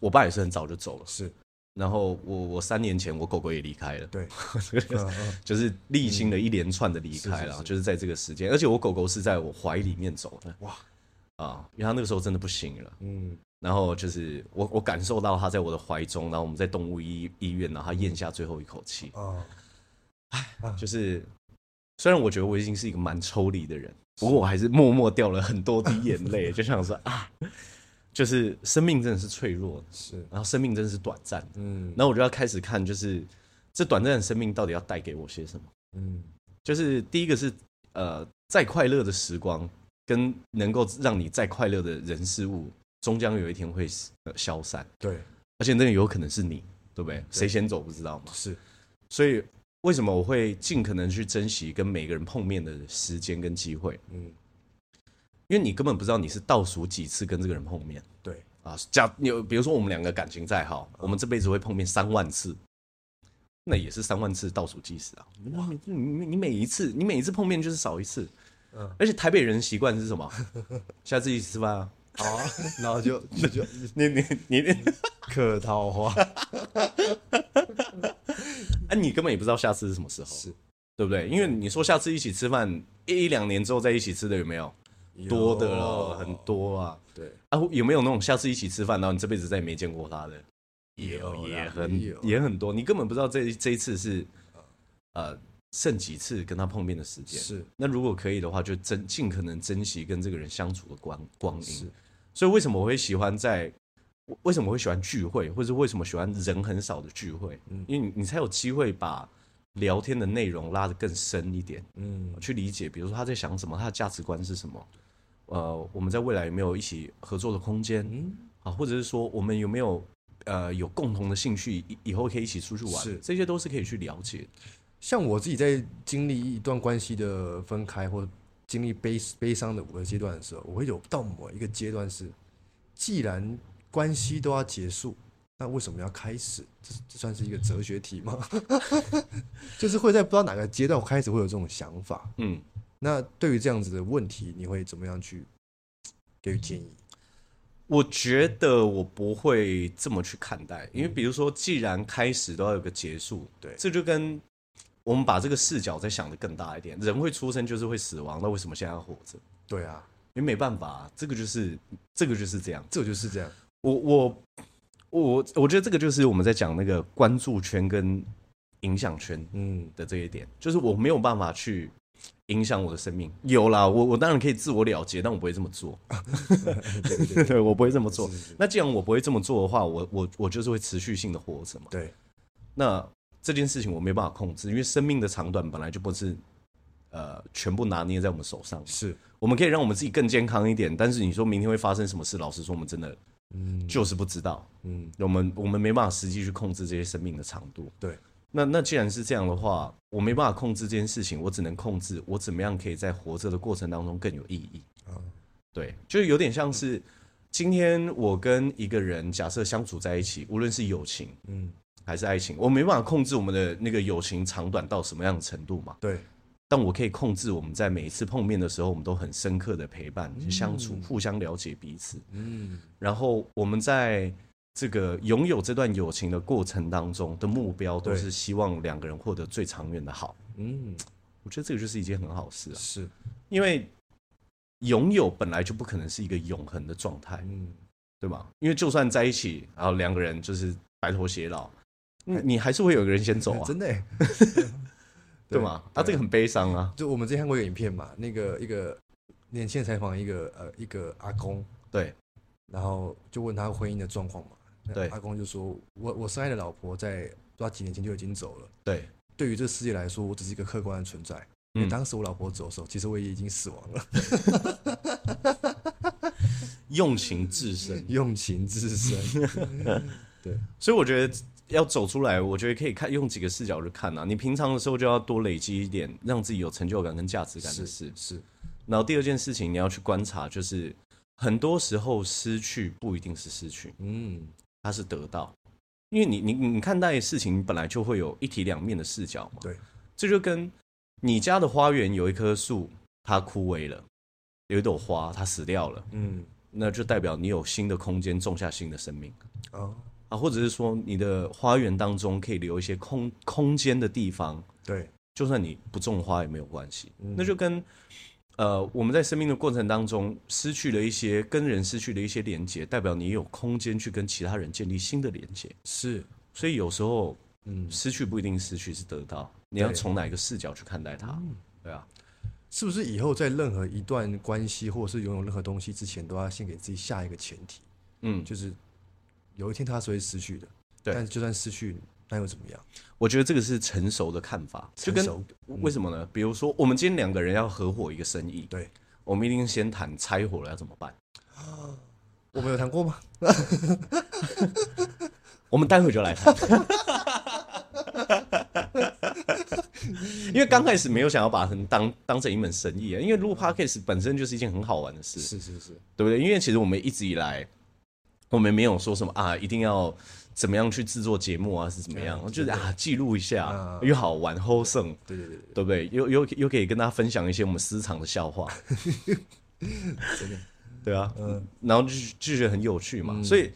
[SPEAKER 1] 我爸也是很早就走了，
[SPEAKER 2] 是
[SPEAKER 1] 然后我我三年前我狗狗也离开了，
[SPEAKER 2] 对，
[SPEAKER 1] 这个
[SPEAKER 2] 嗯嗯
[SPEAKER 1] 就是历经了一连串的离开
[SPEAKER 2] 嗯
[SPEAKER 1] 了，
[SPEAKER 2] 是是是嗯
[SPEAKER 1] 就是在这个时间，而且我狗狗是在我怀里面走的
[SPEAKER 2] 哇
[SPEAKER 1] 啊，因为它那个时候真的不行了，
[SPEAKER 2] 嗯，
[SPEAKER 1] 然后就是我我感受到它在我的怀中，然后我们在动物医医院，然后它咽下最后一口气，
[SPEAKER 2] 哦，
[SPEAKER 1] 就是虽然我觉得我已经是一个蛮抽离的人，不过我还是默默掉了很多滴眼泪，就想说啊，就是生命真的是脆弱的，
[SPEAKER 2] 是，
[SPEAKER 1] 然后生命真的是短暂的，
[SPEAKER 2] 嗯
[SPEAKER 1] 然后我就要开始看，就是这短暂的生命到底要带给我些什么。
[SPEAKER 2] 嗯，
[SPEAKER 1] 就是第一个是呃，再快乐的时光跟能够让你再快乐的人事物，终将有一天会呃消散，
[SPEAKER 2] 对，
[SPEAKER 1] 而且那个有可能是你，对不对？谁先走不知道嘛。
[SPEAKER 2] 是
[SPEAKER 1] 所以为什么我会尽可能去珍惜跟每个人碰面的时间跟机会？
[SPEAKER 2] 嗯，
[SPEAKER 1] 因为你根本不知道你是倒数几次跟这个人碰面
[SPEAKER 2] 对，
[SPEAKER 1] 啊。假有比如说我们两个感情再好，我们这辈子会碰面三万次。那也是三万次倒数计时啊！哇，你你你每一次你每一次碰面就是少一次，
[SPEAKER 2] 嗯
[SPEAKER 1] 而且台北人习惯是什么？下次一起吃饭啊，
[SPEAKER 2] 好啊，然后就就就
[SPEAKER 1] 你你你你，
[SPEAKER 2] 客套话，
[SPEAKER 1] 啊，你根本也不知道下次是什么时候，
[SPEAKER 2] 是嗯
[SPEAKER 1] 对不对？因为你说下次一起吃饭，一一两年之后再一起吃的有没有？ 多的了，很多啊。
[SPEAKER 2] 对，
[SPEAKER 1] 啊，有没有那种下次一起吃饭，然后你这辈子再也没见过他的？
[SPEAKER 2] 有啦
[SPEAKER 1] 也很
[SPEAKER 2] 有嗯
[SPEAKER 1] 也很多，你根本不知道这这一次是呃剩几次跟他碰面的时间。
[SPEAKER 2] 是
[SPEAKER 1] 那如果可以的话，就珍尽可能珍惜跟这个人相处的光光
[SPEAKER 2] 是
[SPEAKER 1] 阴。所以为什么我会喜欢在，为什么我会喜欢聚会，或者为什么喜欢人很少的聚会？
[SPEAKER 2] 嗯
[SPEAKER 1] 因为你你才有机会把聊天的内容拉得更深一点，
[SPEAKER 2] 嗯
[SPEAKER 1] 去理解，比如说他在想什么，他的价值观是什么，呃，我们在未来有没有一起合作的空间？
[SPEAKER 2] 嗯
[SPEAKER 1] 啊，或者是说我们有没有呃有共同的兴趣，以以后可以一起出去玩，
[SPEAKER 2] 是
[SPEAKER 1] 这些都是可以去了解的。
[SPEAKER 2] 像我自己在经历一段关系的分开或经历悲悲伤的五个阶段的时候，我会有到某一个阶段是，既然关系都要结束，那为什么要开始？这这算是一个哲学题吗？ 就是会在不知道哪个阶段我开始会有这种想法。
[SPEAKER 1] 嗯，
[SPEAKER 2] 那对于这样子的问题，你会怎么样去给予建议？
[SPEAKER 1] 我觉得我不会这么去看待，因为比如说，既然开始都要有个结束，
[SPEAKER 2] 对
[SPEAKER 1] 这就跟我们把这个视角再想得更大一点，人会出生就是会死亡，那为什么现在要活着？
[SPEAKER 2] 对啊，
[SPEAKER 1] 因为没办法、啊这个就是这个就是这样。
[SPEAKER 2] 这就是这样。
[SPEAKER 1] 我我我我觉得这个就是我们在讲那个关注圈跟影响圈，
[SPEAKER 2] 嗯，
[SPEAKER 1] 的这一点，就是我没有办法去影响我的生命。有啦，我我当然可以自我了结，但我不会这么做。
[SPEAKER 2] 对对 对
[SPEAKER 1] 对，我不会这么做
[SPEAKER 2] 是是是。
[SPEAKER 1] 那既然我不会这么做的话，我我我就是会持续性的活着嘛。
[SPEAKER 2] 对，
[SPEAKER 1] 那这件事情我没办法控制，因为生命的长短本来就不是呃全部拿捏在我们手上。
[SPEAKER 2] 是，
[SPEAKER 1] 我们可以让我们自己更健康一点，但是你说明天会发生什么事，老实说，我们真的
[SPEAKER 2] 嗯
[SPEAKER 1] 就是不知道。
[SPEAKER 2] 嗯，
[SPEAKER 1] 我们我们没办法实际去控制这些生命的长度。
[SPEAKER 2] 对，
[SPEAKER 1] 那那既然是这样的话，我没办法控制这件事情，我只能控制我怎么样可以在活着的过程当中更有意义。
[SPEAKER 2] 啊，
[SPEAKER 1] 对，就有点像是今天我跟一个人假设相处在一起，无论是友情
[SPEAKER 2] 嗯，
[SPEAKER 1] 还是爱情，我没办法控制我们的那个友情长短到什么样的程度嘛，
[SPEAKER 2] 对，
[SPEAKER 1] 但我可以控制我们在每一次碰面的时候，我们都很深刻的陪伴、相处、互相了解彼此。
[SPEAKER 2] 嗯，
[SPEAKER 1] 然后我们在这个拥有这段友情的过程当中的目标，都
[SPEAKER 2] 对
[SPEAKER 1] 是希望两个人获得最长远的好。
[SPEAKER 2] 嗯，
[SPEAKER 1] 我觉得这个就是一件很好事啊，
[SPEAKER 2] 是，
[SPEAKER 1] 因为拥有本来就不可能是一个永恒的状态，
[SPEAKER 2] 嗯，
[SPEAKER 1] 对吧？因为就算在一起，然后两个人就是白头偕老，你你还是会有一个人先走啊，
[SPEAKER 2] 哎真的欸，
[SPEAKER 1] 对吗？啊，
[SPEAKER 2] 对
[SPEAKER 1] 这个很悲伤啊，
[SPEAKER 2] 就我们之前看过一个影片嘛，那个一个年轻人采访一个呃一个阿公，
[SPEAKER 1] 对，
[SPEAKER 2] 然后就问他婚姻的状况嘛，那
[SPEAKER 1] 对
[SPEAKER 2] 阿公就说，我我深爱的老婆在不知道几年前就已经走了，
[SPEAKER 1] 对，
[SPEAKER 2] 对于这世界来说，我只是一个客观的存在。因为
[SPEAKER 1] 嗯
[SPEAKER 2] 当时我老婆走的时候，其实我也已经死亡了，
[SPEAKER 1] 用情至深，
[SPEAKER 2] 用情 至深。
[SPEAKER 1] 所以我觉得要走出来，我觉得可以看用几个视角去看啊。你平常的时候就要多累积一点，让自己有成就感跟价值感的事。
[SPEAKER 2] 是，
[SPEAKER 1] 然后第二件事情，你要去观察，就是很多时候失去不一定是失去，
[SPEAKER 2] 嗯，
[SPEAKER 1] 它是得到。因为你你你看待事情本来就会有一体两面的视角嘛。
[SPEAKER 2] 对，
[SPEAKER 1] 这就跟你家的花园有一棵树，它枯萎了，有一朵花它死掉了，
[SPEAKER 2] 嗯，
[SPEAKER 1] 那就代表你有新的空间种下新的生命。
[SPEAKER 2] 哦，
[SPEAKER 1] 啊，或者是说你的花园当中可以留一些空空间的地方，
[SPEAKER 2] 对，
[SPEAKER 1] 就算你不种花也没有关系。
[SPEAKER 2] 嗯
[SPEAKER 1] 那就跟呃我们在生命的过程当中失去了一些跟人失去了一些连接，代表你有空间去跟其他人建立新的连接。
[SPEAKER 2] 是，
[SPEAKER 1] 所以有时候
[SPEAKER 2] 嗯，
[SPEAKER 1] 失去不一定失去是得到，你要
[SPEAKER 2] 对嗯
[SPEAKER 1] 从哪个视角去看待它？对啊，
[SPEAKER 2] 是不是以后在任何一段关系或者是拥有任何东西之前，都要先给自己下一个前提，
[SPEAKER 1] 嗯，
[SPEAKER 2] 就是有一天它是会失去的。
[SPEAKER 1] 对
[SPEAKER 2] 但就算失去，那又怎么样？
[SPEAKER 1] 我觉得这个是成熟的看法，就跟
[SPEAKER 2] 成熟嗯
[SPEAKER 1] 为什么呢？比如说我们今天两个人要合伙一个生意，
[SPEAKER 2] 对，
[SPEAKER 1] 我们一定先谈拆伙了要怎么办。
[SPEAKER 2] 我们有谈过吗？
[SPEAKER 1] 我们待会就来谈。因为刚开始没有想要把它当当成一门生意啊，因为录 podcast 本身就是一件很好玩的事，
[SPEAKER 2] 是是，
[SPEAKER 1] 对不对？因为其实我们一直以来，我们没有说什么啊，一定要怎么样去制作节目啊，是怎么样，
[SPEAKER 2] 嗯
[SPEAKER 1] 就是啊记录一下，
[SPEAKER 2] 嗯
[SPEAKER 1] 又好玩齁胜，
[SPEAKER 2] 对对对对，
[SPEAKER 1] 对不对？又又又可以跟大家分享一些我们私藏的笑话，
[SPEAKER 2] 真的
[SPEAKER 1] 对啊，
[SPEAKER 2] 嗯
[SPEAKER 1] 然后就就觉得很有趣嘛。所以，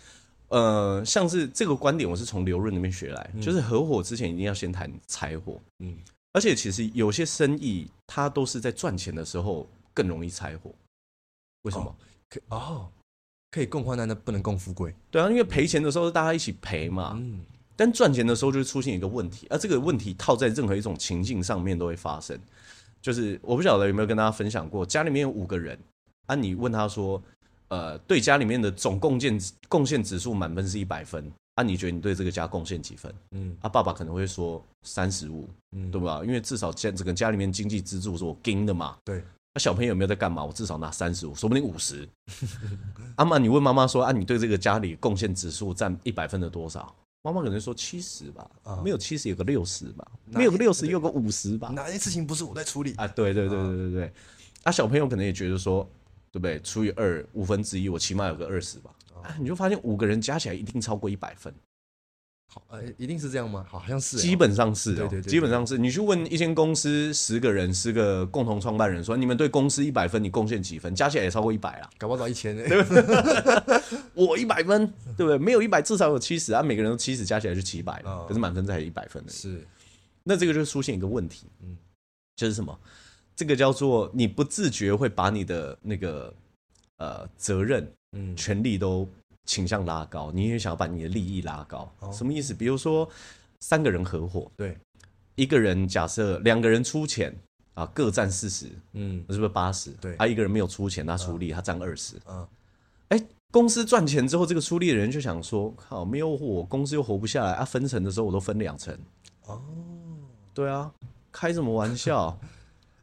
[SPEAKER 1] 呃，像是这个观点，我是从刘润那边学来，就是合伙之前一定要先谈拆伙，
[SPEAKER 2] 嗯
[SPEAKER 1] 嗯，而且其实有些生意它都是在赚钱的时候更容易拆伙，为什么？
[SPEAKER 2] 可哦，可以共患难，但不能共富贵。
[SPEAKER 1] 对啊，因为赔钱的时候是大家一起赔嘛，
[SPEAKER 2] 嗯
[SPEAKER 1] 但赚钱的时候就会出现一个问题，而、啊这个问题套在任何一种情境上面都会发生。就是我不晓得有没有跟大家分享过，家里面有五个人，啊，你问他说，呃，对家里面的总贡献贡献指数满分是一百分，啊，你觉得你对这个家贡献几分？
[SPEAKER 2] 嗯
[SPEAKER 1] 啊，爸爸可能会说三十五，
[SPEAKER 2] 嗯，
[SPEAKER 1] 对吧？因为至少家整个家里面经济支柱是我盯的嘛。
[SPEAKER 2] 对，
[SPEAKER 1] 那、小朋友有没有在干嘛？我至少拿三十五，说不定五十。 阿妈，你问妈妈说啊，你对这个家里贡献指数占一百分的多少？妈妈可能说七十吧，
[SPEAKER 2] 啊
[SPEAKER 1] 没有七十有个六十吧，没有个六十有个五十吧。
[SPEAKER 2] 哪些事情不是我在处理？
[SPEAKER 1] 啊，对对对对对对。啊，小朋友可能也觉得说，对不对？除以二五分之一，我起码有个二十吧。啊，你就发现五个人加起来一定超过一百分。
[SPEAKER 2] 好，呃，一定是这样吗？好像是哦，
[SPEAKER 1] 基本上是、哦，
[SPEAKER 2] 对对对
[SPEAKER 1] 基本上是。你去问一间公司十个人，十个共同创办人说，你们对公司一百分，你贡献几分？加起来也超过一百啊。
[SPEAKER 2] 搞不好到一千呢。哎
[SPEAKER 1] 我一百分，对不对？没有一百，至少有七十啊。每个人都七十，加起来就七百了
[SPEAKER 2] 哦。
[SPEAKER 1] 可是满分才一百分而已。
[SPEAKER 2] 是，
[SPEAKER 1] 那这个就出现一个问题，
[SPEAKER 2] 嗯
[SPEAKER 1] 嗯，就是什么？这个叫做你不自觉会把你的那个呃责任
[SPEAKER 2] 嗯
[SPEAKER 1] 权利都倾向拉高，你也想要把你的利益拉高。
[SPEAKER 2] 哦
[SPEAKER 1] 什么意思？比如说三个人合伙，
[SPEAKER 2] 对，
[SPEAKER 1] 一个人假设两个人出钱啊，各占四十，
[SPEAKER 2] 嗯
[SPEAKER 1] 是不是八十？啊
[SPEAKER 2] 对
[SPEAKER 1] 他一个人没有出钱，他出力，他占二十。
[SPEAKER 2] 啊，
[SPEAKER 1] 哎，公司赚钱之后，这个出力的人就想说，靠，没有我，公司又活不下来啊。分成的时候我都分两成。
[SPEAKER 2] 哦，
[SPEAKER 1] 对啊，开什么玩笑？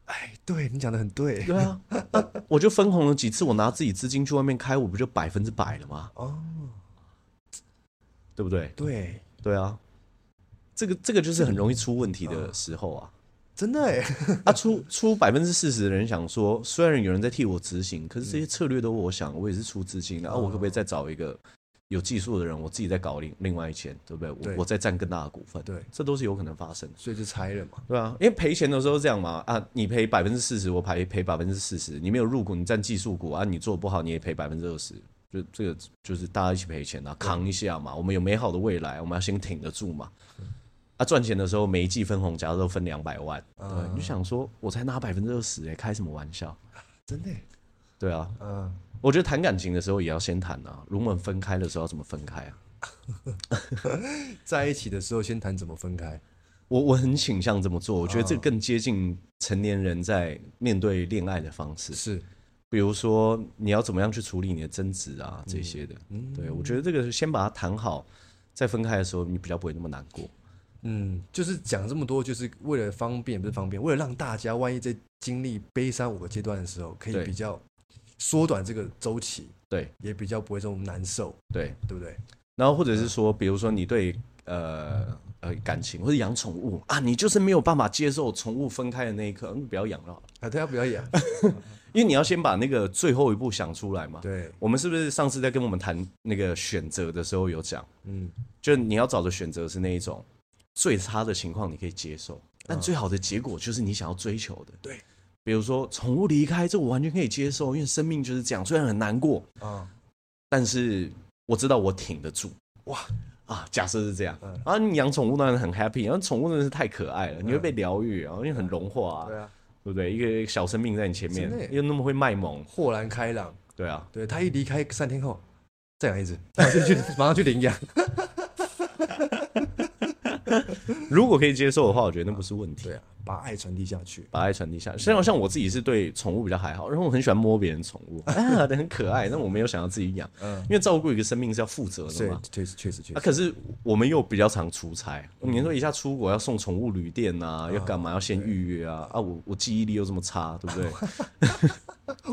[SPEAKER 2] 哎，对你讲的很对。
[SPEAKER 1] 对啊，那我就分红了几次，我拿自己资金去外面开，我不就百分之百了吗？
[SPEAKER 2] 哦，
[SPEAKER 1] 对不对？
[SPEAKER 2] 对，
[SPEAKER 1] 对啊，这个这个就是很容易出问题
[SPEAKER 2] 嗯
[SPEAKER 1] 的时候啊。
[SPEAKER 2] 真的哎，
[SPEAKER 1] 啊，出出百分之四十的人想说，虽然有人在替我执行，可是这些策略都我想，我也是出资金的，啊，我可不可
[SPEAKER 2] 嗯
[SPEAKER 1] 以再找一个有技术的人，我自己再搞另另外一千，对不对？我
[SPEAKER 2] 对
[SPEAKER 1] 我再占更大的股份，
[SPEAKER 2] 对
[SPEAKER 1] 这都是有可能发生的，
[SPEAKER 2] 所以就拆了嘛。
[SPEAKER 1] 对啊，因为赔钱的时候是这样嘛，啊，你赔百分之四十，我赔赔百分之四十，你没有入股，你占技术股啊，你做得不好你也赔百分之二十。就这个就是大家一起赔钱啊，扛一下嘛。我们有美好的未来，我们要先挺得住嘛。啊，赚钱的时候每一季分红，假如都分两百万，对，你就想说，我才拿百分之二十，哎，开什么玩笑？
[SPEAKER 2] 真的耶，哎
[SPEAKER 1] 对啊，
[SPEAKER 2] 嗯，
[SPEAKER 1] 我觉得谈感情的时候也要先谈啊。如果我们分开的时候要怎么分开啊？
[SPEAKER 2] 在一起的时候先谈怎么分开。
[SPEAKER 1] 我我很倾向这么做，我觉得这更接近成年人在面对恋爱的方式。
[SPEAKER 2] 是，
[SPEAKER 1] 比如说你要怎么样去处理你的争执啊这些的。对，我觉得这个是先把它谈好，在分开的时候你比较不会那么难过。
[SPEAKER 2] 嗯，就是讲这么多，就是为了方便，不是方便，为了让大家万一在经历悲伤五个阶段的时候，可以
[SPEAKER 1] 对
[SPEAKER 2] 比较缩短这个周期，
[SPEAKER 1] 对
[SPEAKER 2] 也比较不会这么难受，
[SPEAKER 1] 对，
[SPEAKER 2] 对不对？
[SPEAKER 1] 然后或者是说，比如说你对呃呃感情或者养宠物啊，你就是没有办法接受宠物分开的那一刻，嗯，不要养了好了，
[SPEAKER 2] 啊，大家不要 演，
[SPEAKER 1] 因为你要先把那个最后一步想出来嘛。
[SPEAKER 2] 对，
[SPEAKER 1] 我们是不是上次在跟我们谈那个选择的时候有讲，
[SPEAKER 2] 嗯，
[SPEAKER 1] 就你要找的选择是那一种最差的情况你可以接受，但最好的结果就是你想要追求的。
[SPEAKER 2] 嗯对，
[SPEAKER 1] 比如说宠物离开，这我完全可以接受，因为生命就是这样，虽然很难过，
[SPEAKER 2] 啊，
[SPEAKER 1] 但是我知道我挺得住。
[SPEAKER 2] 哇，嗯
[SPEAKER 1] 啊，假设是这样，啊，你养宠物当然很 happy，然后宠物真的是太可爱了，你会被疗愈，然后因为很融化、啊，
[SPEAKER 2] 对啊，
[SPEAKER 1] 对不对？一个小生命在你前面
[SPEAKER 2] 真的耶，
[SPEAKER 1] 又那么会卖萌，
[SPEAKER 2] 豁然开朗，
[SPEAKER 1] 对啊，
[SPEAKER 2] 对他一离开三天后，再养一 只，马上去马上去领 养，
[SPEAKER 1] 如果可以接受的话，我觉得那不是问题
[SPEAKER 2] 对，啊，把爱传递下去，
[SPEAKER 1] 把爱传递下。像像我自己是对宠物比较还好，然后我很喜欢摸别人宠 物，啊，很可爱，但我没有想要自己养，
[SPEAKER 2] 嗯
[SPEAKER 1] 因为照顾一个生命是要负责的
[SPEAKER 2] 对
[SPEAKER 1] 嘛，。
[SPEAKER 2] 确实确实确
[SPEAKER 1] 啊，
[SPEAKER 2] 实，
[SPEAKER 1] 可是我们又比较常出差，你说一下出国要送宠物旅店啊，要干嘛？要先预约啊？啊，我我记忆力又这么差，对不对？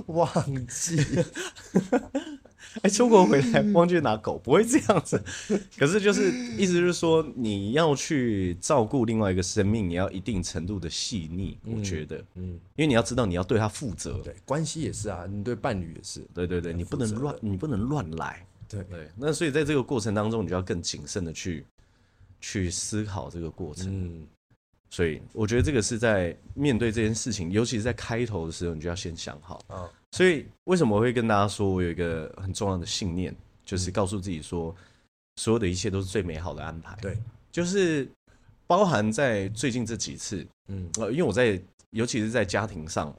[SPEAKER 2] 忘记，
[SPEAKER 1] 哎，出国回来忘记拿狗，不会这样子。可是就是意思就是说，你要去照顾另外一个生命，你要一定程度的细腻，我觉得，嗯，因为你要知道你要对他负责，
[SPEAKER 2] 对，关系也是啊，你对伴侣也是，
[SPEAKER 1] 对对对，你不能乱，你不能乱来，
[SPEAKER 2] 对
[SPEAKER 1] 对。那所以在这个过程当中，你就要更谨慎的去去思考这个过程。
[SPEAKER 2] 嗯，
[SPEAKER 1] 所以我觉得这个是在面对这件事情，尤其是在开头的时候，你就要先想好。
[SPEAKER 2] 啊
[SPEAKER 1] 所以为什么我会跟大家说我有一个很重要的信念，
[SPEAKER 2] 嗯
[SPEAKER 1] 就是告诉自己说，所有的一切都是最美好的安排。
[SPEAKER 2] 对，
[SPEAKER 1] 就是包含在最近这几次，
[SPEAKER 2] 嗯
[SPEAKER 1] 呃，因为我在，尤其是在家庭上，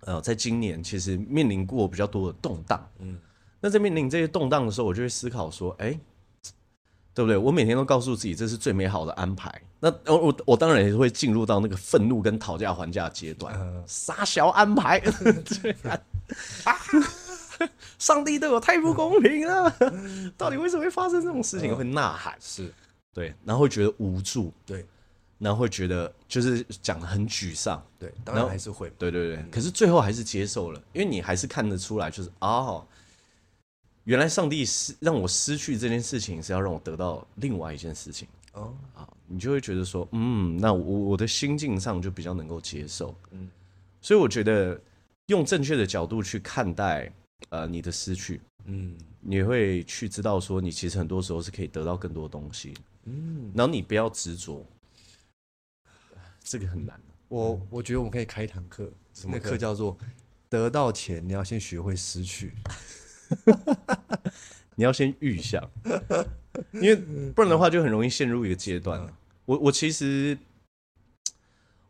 [SPEAKER 1] 呃，在今年其实面临过比较多的动荡。
[SPEAKER 2] 嗯
[SPEAKER 1] 那在面临这些动荡的时候，我就会思考说，哎、对不对？我每天都告诉自己这是最美好的安排。那呃我我我当然也是会进入到那个愤怒跟讨价还价的阶段
[SPEAKER 2] 嗯，
[SPEAKER 1] 傻小安排，对啊，上帝对我太不公平了，到底为什么会发生这种事情？会呐喊，
[SPEAKER 2] 是
[SPEAKER 1] 对，然后会觉得无助，
[SPEAKER 2] 对
[SPEAKER 1] 然后会觉得就是讲的很沮丧，
[SPEAKER 2] 对，当
[SPEAKER 1] 然
[SPEAKER 2] 然
[SPEAKER 1] 后
[SPEAKER 2] 还是会嘛
[SPEAKER 1] 对对对，可是最后还是接受了，因为你还是看得出来，就是哦，原来上帝是让我失去这件事情，是要让我得到另外一件事情
[SPEAKER 2] 哦，
[SPEAKER 1] 啊、你就会觉得说，嗯，那我我的心境上就比较能够接受，
[SPEAKER 2] 嗯
[SPEAKER 1] 所以我觉得用正确的角度去看待呃你的失去，
[SPEAKER 2] 嗯
[SPEAKER 1] 你会去知道说，你其实很多时候是可以得到更多东西，
[SPEAKER 2] 嗯，
[SPEAKER 1] 然后你不要执着，这个很难，
[SPEAKER 2] 我我觉得我们可以开一堂课，
[SPEAKER 1] 么
[SPEAKER 2] 那
[SPEAKER 1] 课
[SPEAKER 2] 课叫做得到钱，你要先学会失去。
[SPEAKER 1] 你要先预想，因为不然的话就很容易陷入一个阶段。我我其实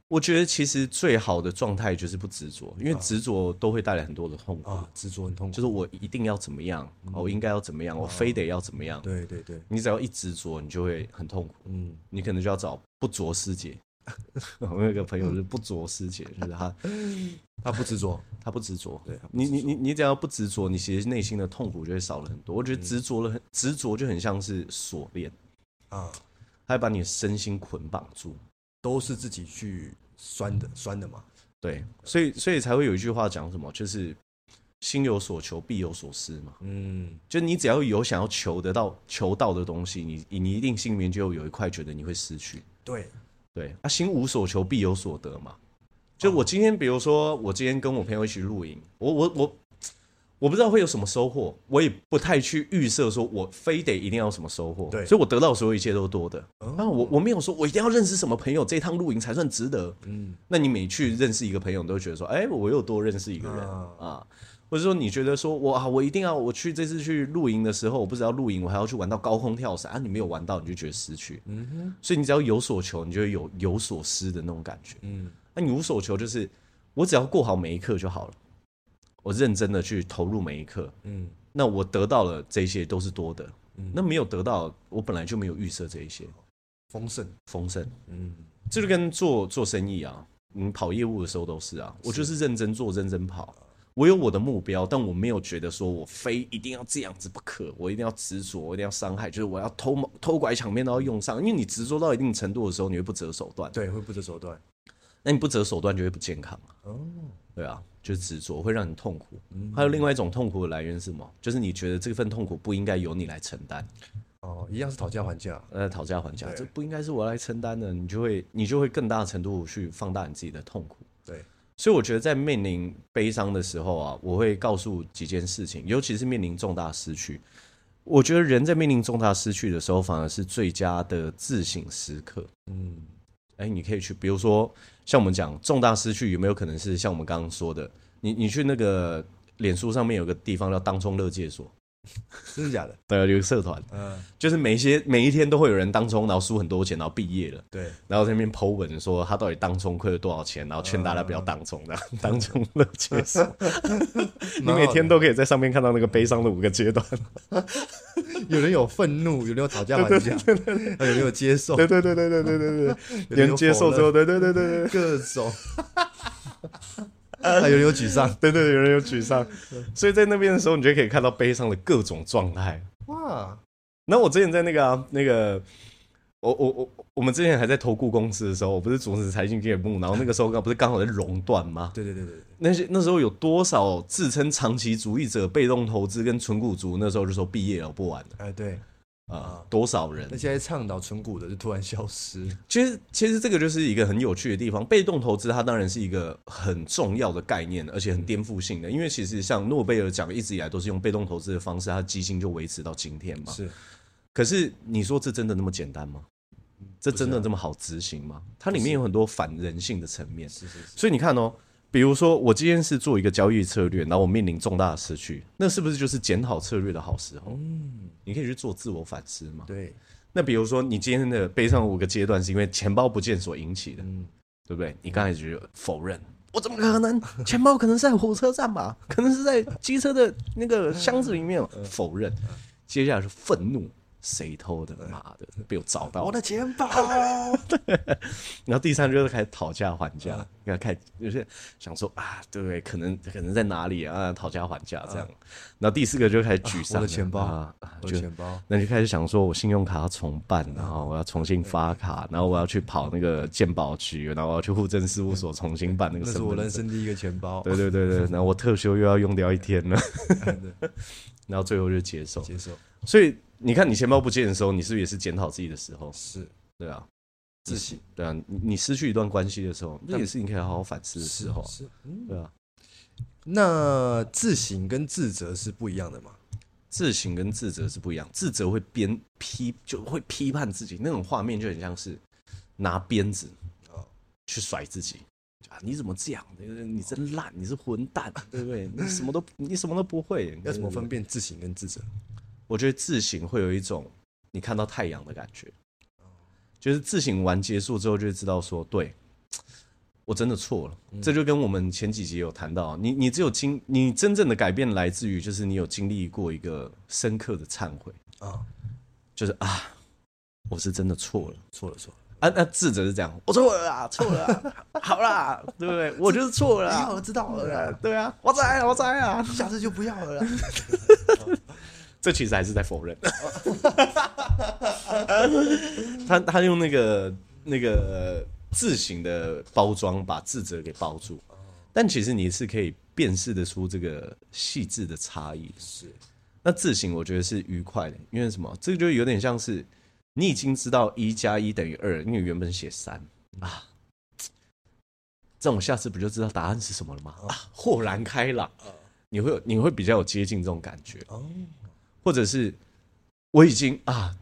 [SPEAKER 1] 我觉得其实最好的状态就是不执着，因为执着都会带来很多的痛苦。
[SPEAKER 2] 啊，执着很痛苦。
[SPEAKER 1] 就是我一定要怎么样，哦我应该要怎么样，我非得要怎么样。
[SPEAKER 2] 对对对，
[SPEAKER 1] 你只要一执着，你就会很痛苦，
[SPEAKER 2] 嗯，
[SPEAKER 1] 你可能就要找不着师姐。 我有一个朋友就是不着师姐，就是他
[SPEAKER 2] 他不执着，
[SPEAKER 1] 他不执着，
[SPEAKER 2] 对他不
[SPEAKER 1] 你你你你只要不执着，你其实内心的痛苦就会少了很多。我觉得执着了很执着就很像是锁链，
[SPEAKER 2] 啊，
[SPEAKER 1] 它会把你的身心捆绑住。
[SPEAKER 2] 都是自己去酸的，酸的嘛。
[SPEAKER 1] 对，所以所以才会有一句话讲什么，就是心有所求必有所失嘛。
[SPEAKER 2] 嗯，
[SPEAKER 1] 就你只要有想要求得到求到的东西，你你一定心里面就有一块觉得你会失去。
[SPEAKER 2] 对，
[SPEAKER 1] 对，啊，心无所求必有所得嘛。就我今天，比如说我今天跟我朋友一起露营，我我我我不知道会有什么收获，我也不太去预设说我非得一定要有什么收获，
[SPEAKER 2] 对
[SPEAKER 1] 所以我得到的所有一切都是多的。那我我没有说我一定要认识什么朋友，这一趟露营才算值得。嗯，那你每去认识一个朋友，你都会觉得说，哎、我又多认识一个人啊
[SPEAKER 2] 啊
[SPEAKER 1] 或者说你觉得说我啊，我一定要我去这次去露营的时候，我不只要露营，我还要去玩到高空跳伞啊！你没有玩到，你就觉得失去。
[SPEAKER 2] 嗯
[SPEAKER 1] 所以你只要有所求，你就会有有所失的那种感觉。
[SPEAKER 2] 嗯，
[SPEAKER 1] 那你无所求，就是我只要过好每一刻就好了，我认真的去投入每一刻，
[SPEAKER 2] 嗯，
[SPEAKER 1] 那我得到了这些都是多的，那没有得到，我本来就没有预设这一些
[SPEAKER 2] 丰盛，
[SPEAKER 1] 丰盛。
[SPEAKER 2] 嗯，
[SPEAKER 1] 这就跟做做生意啊，你跑业务的时候都是啊，我就是认真做，认真跑。我有我的目标，但我没有觉得说我非一定要这样子不可，我一定要执着，我一定要伤害，就是我要偷摸偷拐抢骗都要用上。因为你执着到一定程度的时候，你会不择手段，
[SPEAKER 2] 对，会不择手段。
[SPEAKER 1] 那你不择手段就会不健康啊。
[SPEAKER 2] 哦，嗯
[SPEAKER 1] 对啊，就是执着会让你痛苦。还有另外一种痛苦的来源是什么？就是你觉得这份痛苦不应该由你来承担，
[SPEAKER 2] 哦，一样是讨价还价。
[SPEAKER 1] 呃，讨价还价，
[SPEAKER 2] 对
[SPEAKER 1] 这不应该是我来承担的，你就会你就会更大程度去放大你自己的痛苦。
[SPEAKER 2] 对，
[SPEAKER 1] 所以我觉得在面临悲伤的时候啊，我会告诉几件事情，尤其是面临重大失去。我觉得人在面临重大失去的时候，反而是最佳的自省时刻。
[SPEAKER 2] 嗯，
[SPEAKER 1] 哎，你可以去，比如说像我们讲重大失去，有没有可能是像我们刚刚说的，你你去那个脸书上面有个地方叫当冲乐界所，
[SPEAKER 2] 真的假的？
[SPEAKER 1] 对，有一个社团，
[SPEAKER 2] 嗯，
[SPEAKER 1] 就是每一些每一天都会有人当冲，然后输很多钱，然后毕业了。
[SPEAKER 2] 对，
[SPEAKER 1] 然后在那边 Po 文说他到底当冲亏了多少钱，然后劝大家不要当冲的，当冲乐界所。你每天都可以在上面看到那个悲伤的五个阶段。
[SPEAKER 2] 有人有愤怒，有人有讨价还价，有人有接 受，
[SPEAKER 1] 对对对对对对 对对，
[SPEAKER 2] 有人
[SPEAKER 1] 连
[SPEAKER 2] 有
[SPEAKER 1] 接受
[SPEAKER 2] 否
[SPEAKER 1] 之后，对对对对对。
[SPEAKER 2] 各 种，啊还有人有沮丧。
[SPEAKER 1] 对对，有人有沮丧，所以在那边的时候，你就可以看到悲伤的各种状态。
[SPEAKER 2] 哇，
[SPEAKER 1] 那我之前在那个啊，那个，我我我我们之前还在投顾公司的时候，我不是主持财经节目，然后那个时候刚不是刚好在熔断吗？
[SPEAKER 2] 对对对对，
[SPEAKER 1] 那些那时候有多少自称长期主义者、被动投资跟纯股族，那时候就说毕业了不玩了
[SPEAKER 2] 哎对，
[SPEAKER 1] 啊、多少人
[SPEAKER 2] 那？些在倡导存股的就突然消失。
[SPEAKER 1] 其实其实这个就是一个很有趣的地方。被动投资它当然是一个很重要的概念，而且很颠覆性的，因为其实像诺贝尔奖一直以来都是用被动投资的方式，它的基金就维持到今天嘛。
[SPEAKER 2] 是，
[SPEAKER 1] 可是你说这真的那么简单吗？这真的这么好执行吗？它里面有很多反人性的层面。
[SPEAKER 2] 是是是，
[SPEAKER 1] 所以你看哦，比如说我今天是做一个交易策略，然后我面临重大的失去，那是不是就是检讨策略的好时候？
[SPEAKER 2] 嗯，
[SPEAKER 1] 你可以去做自我反思嘛。
[SPEAKER 2] 对，
[SPEAKER 1] 那比如说你今天的悲伤五个阶段是因为钱包不见所引起的，
[SPEAKER 2] 嗯，
[SPEAKER 1] 对不对？你刚才就否认，我怎么可能？钱包可能是在火车站吧，可能是在机车的那个箱子里面
[SPEAKER 2] 嗯
[SPEAKER 1] 嘛，否认。接下来是愤怒，谁偷的？
[SPEAKER 2] 嗯
[SPEAKER 1] 妈的，被我找到
[SPEAKER 2] 我
[SPEAKER 1] 了！
[SPEAKER 2] 的钱 包，
[SPEAKER 1] 然后第三就是开始讨价还价，
[SPEAKER 2] 嗯
[SPEAKER 1] 你看开有些想说啊，对不对？可能可能在哪里啊？讨价还价这样。然后第四个就开始沮丧了，
[SPEAKER 2] 嗯我的钱包
[SPEAKER 1] 啊，啊
[SPEAKER 2] 我
[SPEAKER 1] 就
[SPEAKER 2] 的钱包，
[SPEAKER 1] 那就开始想说，我信用卡要重办，然后我要重新发卡，然后我要去跑那个鉴宝局，然后我要去户政事务所重新办那个
[SPEAKER 2] 那
[SPEAKER 1] 身
[SPEAKER 2] 是
[SPEAKER 1] 份
[SPEAKER 2] 我
[SPEAKER 1] 证
[SPEAKER 2] 人生第一个钱包，
[SPEAKER 1] 对对对对，然后我特休又要用掉一天了，
[SPEAKER 2] 对，
[SPEAKER 1] 然后最后就接受。
[SPEAKER 2] 接受
[SPEAKER 1] 所以你看，你钱包不见的时候，你是不是也是检讨自己的时候？
[SPEAKER 2] 是
[SPEAKER 1] 对啊，
[SPEAKER 2] 自信
[SPEAKER 1] 对啊，你你失去一段关系的时候，那也是你可以好好反思的时候啊。
[SPEAKER 2] 是，嗯，
[SPEAKER 1] 对啊，
[SPEAKER 2] 那自省跟自责是不一样的嘛？
[SPEAKER 1] 自省跟自责是不一样，自责会鞭批，就会批判自己，那种画面就很像是拿鞭子
[SPEAKER 2] 哦
[SPEAKER 1] 去甩自己。啊！你怎么这样？你你真烂，你是混蛋，对不对？你什么都你什么都不会，
[SPEAKER 2] 要怎
[SPEAKER 1] 对不
[SPEAKER 2] 么
[SPEAKER 1] 对
[SPEAKER 2] 分辨自省跟自责？
[SPEAKER 1] 我觉得自省会有一种你看到太阳的感觉，就是自省完结束之后就会知道说，对我真的错了。这就跟我们前几集有谈到，你你只有经你真正的改变来自于就是你有经历过一个深刻的忏悔，
[SPEAKER 2] 啊，
[SPEAKER 1] 就是啊，我是真的错了。
[SPEAKER 2] 错了错了，
[SPEAKER 1] 啊，那自责是这样，我错了啦，错了啦，好啦，对不对？我就是错了啦，
[SPEAKER 2] 我知道
[SPEAKER 1] 对啊，对啊，我栽啊，我栽啊，
[SPEAKER 2] 下次就不要了。
[SPEAKER 1] 这其实还是在否认。 他他用那个那个自省的包装把自责给包住，但其实你是可以辨识得出这个细致的差异。
[SPEAKER 2] 是，
[SPEAKER 1] 那自省我觉得是愉快的，因为什么？这个就有点像是你已经知道一加一等于二，因为原本写三啊。这样我下次不就知道答案是什么了吗？啊，豁然开朗，你会有你会比较有接近这种感觉。
[SPEAKER 2] 哦，
[SPEAKER 1] 或者是我已经啊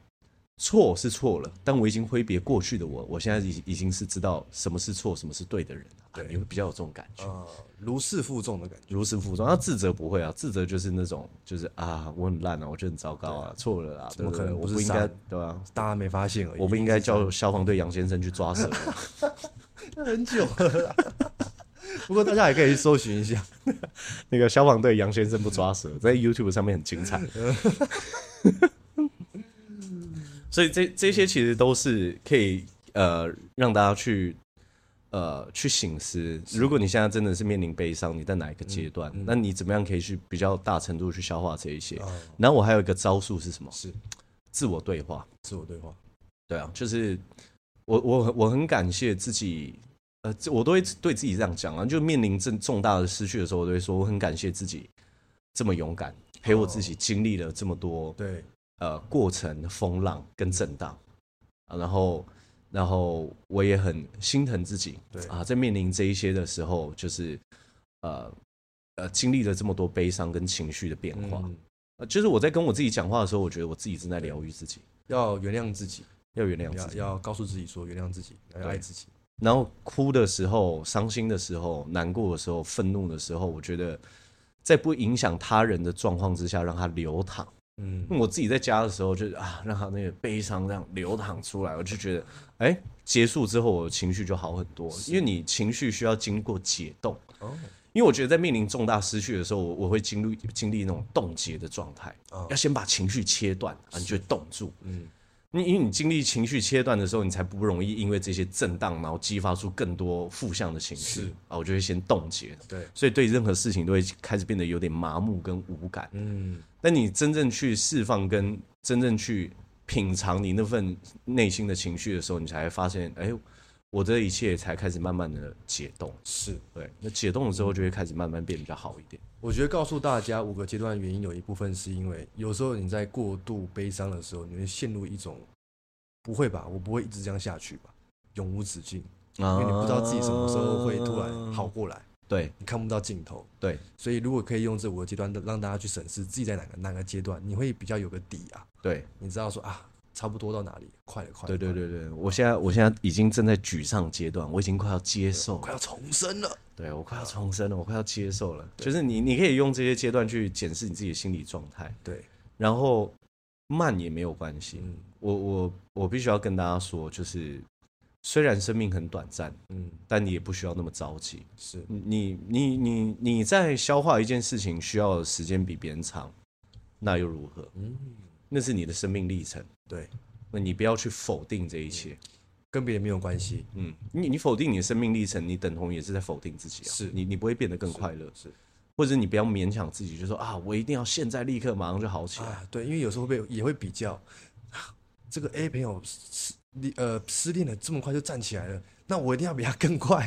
[SPEAKER 1] 错是错了，但我已经挥别过去的我，我现在已已经是知道什么是错，什么是对的人了、啊，你会比较有这种感觉，
[SPEAKER 2] 啊，如释负重的感觉。
[SPEAKER 1] 如释负重。那自责不会啊，自责就是那种就是啊，我很烂啊，我觉得很糟糕啊，错了啊，
[SPEAKER 2] 怎么
[SPEAKER 1] 对对
[SPEAKER 2] 可能
[SPEAKER 1] 我
[SPEAKER 2] 不是
[SPEAKER 1] 不应
[SPEAKER 2] 傻
[SPEAKER 1] 该
[SPEAKER 2] 子
[SPEAKER 1] 对啊？
[SPEAKER 2] 大家没发现而已，
[SPEAKER 1] 我不应该叫消防队杨先生去抓 蛇，
[SPEAKER 2] 很久了。 不过大家也可以去搜寻一下，
[SPEAKER 1] 那个消防队杨先生不抓蛇，在 YouTube 上面很精 彩。所以这这些其实都是可以呃让大家去呃去醒思，如果你现在真的是面临悲伤，你在哪一个阶段，
[SPEAKER 2] 嗯
[SPEAKER 1] 那你怎么样可以去比较大程度去消化这一些？然后我还有一个招数是什么？
[SPEAKER 2] 啊是
[SPEAKER 1] 自我对话。
[SPEAKER 2] 自我对话，
[SPEAKER 1] 对啊，就是我我我很感谢自己，呃，这我都会对自己这样讲啊，就面临重重大的失去的时候，我都会说我很感谢自己这么勇敢，陪我自己
[SPEAKER 2] 哦
[SPEAKER 1] 经历了这么多、
[SPEAKER 2] 对，
[SPEAKER 1] 呃过程风浪跟震荡啊，然后然后我也很心疼自己，
[SPEAKER 2] 对
[SPEAKER 1] 啊，在面临这一些的时候，就是呃呃经历了这么多悲伤跟情绪的变化，
[SPEAKER 2] 嗯
[SPEAKER 1] 呃，就是我在跟我自己讲话的时候，我觉得我自己正在疗愈自己，
[SPEAKER 2] 要原谅自己，
[SPEAKER 1] 要原谅自
[SPEAKER 2] 要
[SPEAKER 1] 己。
[SPEAKER 2] 要告诉自己说原谅自己，要爱自己，
[SPEAKER 1] 然后哭的时候、伤心的时候、难过的时候、愤怒的时候，我觉得在不影响他人的状况之下，让它流淌。
[SPEAKER 2] 嗯，
[SPEAKER 1] 我自己在家的时候就是，啊，让他那个悲伤这样流淌出来，我就觉得，哎，结束之后我的情绪就好很多，因为你情绪需要经过解冻。
[SPEAKER 2] 哦，
[SPEAKER 1] 因为我觉得在面临重大失去的时候，我我会经历经历那种冻结的状态，
[SPEAKER 2] 哦
[SPEAKER 1] 要先把情绪切断，啊，你就会冻住。
[SPEAKER 2] 嗯，
[SPEAKER 1] 你因为你经历情绪切断的时候，你才不容易因为这些震荡，然后激发出更多负向的情绪
[SPEAKER 2] 是
[SPEAKER 1] 啊。我就会先冻结，
[SPEAKER 2] 对，
[SPEAKER 1] 所以对任何事情都会开始变得有点麻木跟无感。
[SPEAKER 2] 嗯，
[SPEAKER 1] 但你真正去释放跟真正去品尝你那份内心的情绪的时候，你才会发现，哎，我这一切才开始慢慢的解冻。
[SPEAKER 2] 是。
[SPEAKER 1] 对，那解冻了之后，就会开始慢慢变得比较好一点。
[SPEAKER 2] 我觉得告诉大家五个阶段的原因，有一部分是因为有时候你在过度悲伤的时候，你会陷入一种不会吧，我不会一直这样下去吧，永无止境，因
[SPEAKER 1] 啊
[SPEAKER 2] 为你不知道自己什么时候会突然好。过来，
[SPEAKER 1] 对
[SPEAKER 2] 你看不到尽头。
[SPEAKER 1] 对
[SPEAKER 2] 所以如果可以用这五个阶段的让大家去审视自己在哪个哪个阶段，你会比较有个底啊，
[SPEAKER 1] 对，
[SPEAKER 2] 你知道说啊，差不多到哪里，快了，快了，
[SPEAKER 1] 对对
[SPEAKER 2] 快了，
[SPEAKER 1] 对对，我现在我现在已经正在沮丧阶段，我已经快要接受
[SPEAKER 2] 快要重生了。
[SPEAKER 1] 对我快要重生了，我快要接受了。就是你，你可以用这些阶段去检视你自己的心理状态，
[SPEAKER 2] 对，
[SPEAKER 1] 然后慢也没有关系。
[SPEAKER 2] 嗯
[SPEAKER 1] 我我我必须要跟大家说，就是虽然生命很短暂，
[SPEAKER 2] 嗯，
[SPEAKER 1] 但你也不需要那么着急。
[SPEAKER 2] 是
[SPEAKER 1] 你你你你在消化一件事情需要的时间比别人长，那又如何？
[SPEAKER 2] 嗯，
[SPEAKER 1] 那是你的生命历程，
[SPEAKER 2] 对，
[SPEAKER 1] 那你不要去否定这一切。
[SPEAKER 2] 跟别人没有关系。
[SPEAKER 1] 嗯，你你否定你的生命历程，你等同也是在否定自己啊。
[SPEAKER 2] 是
[SPEAKER 1] 你你不会变得更快乐，
[SPEAKER 2] 是
[SPEAKER 1] 或者你不要勉强自己，就说啊，我一定要现在立刻马上就好起来。
[SPEAKER 2] 啊，对，因为有时候会被也会比较，啊这个 A 朋友失恋呃失恋了这么快就站起来了，那我一定要比他更 快。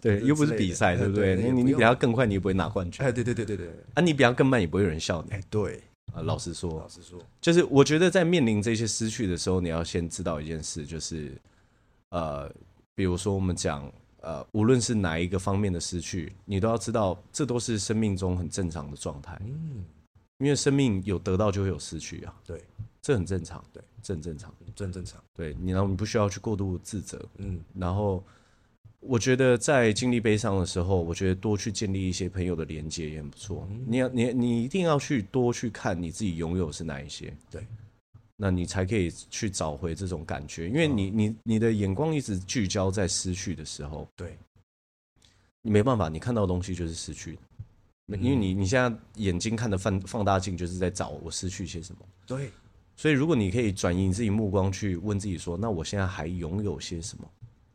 [SPEAKER 1] 对，
[SPEAKER 2] 对
[SPEAKER 1] 又不是
[SPEAKER 2] 之类的
[SPEAKER 1] 比赛，对不对？你
[SPEAKER 2] 对对也
[SPEAKER 1] 你
[SPEAKER 2] 不
[SPEAKER 1] 你
[SPEAKER 2] 用
[SPEAKER 1] 比他更快，你也不会拿冠军
[SPEAKER 2] 哎，对对对对对，对
[SPEAKER 1] 啊！你比他更慢，也不会有人笑你
[SPEAKER 2] 哎对，
[SPEAKER 1] 啊。老实说
[SPEAKER 2] 老，实说，
[SPEAKER 1] 就是我觉得在面临这些失去的时候，你要先知道一件事，就是呃，比如说我们讲呃，无论是哪一个方面的失去，你都要知道，这都是生命中很正常的状态，
[SPEAKER 2] 嗯，
[SPEAKER 1] 因为生命有得到就会有失去啊，
[SPEAKER 2] 对，
[SPEAKER 1] 这很正常，
[SPEAKER 2] 对，
[SPEAKER 1] 这很正常。
[SPEAKER 2] 嗯这很正常。
[SPEAKER 1] 对你，然后你不需要去过度自责，
[SPEAKER 2] 嗯，
[SPEAKER 1] 然后我觉得在经历悲伤的时候，我觉得多去建立一些朋友的连接也很不错。
[SPEAKER 2] 嗯
[SPEAKER 1] 你要你你一定要去多去看你自己拥有是哪一些，
[SPEAKER 2] 对，
[SPEAKER 1] 那你才可以去找回这种感觉。因
[SPEAKER 2] 嗯
[SPEAKER 1] 为你你你的眼光一直聚焦在失去的时候，
[SPEAKER 2] 对，
[SPEAKER 1] 你没办法，你看到的东西就是失去的。因为
[SPEAKER 2] 嗯
[SPEAKER 1] 你你现在眼睛看的放放大镜，就是在找我失去些什么。
[SPEAKER 2] 对，
[SPEAKER 1] 所以，如果你可以转移你自己目光去问自己说，那我现在还拥有些什么，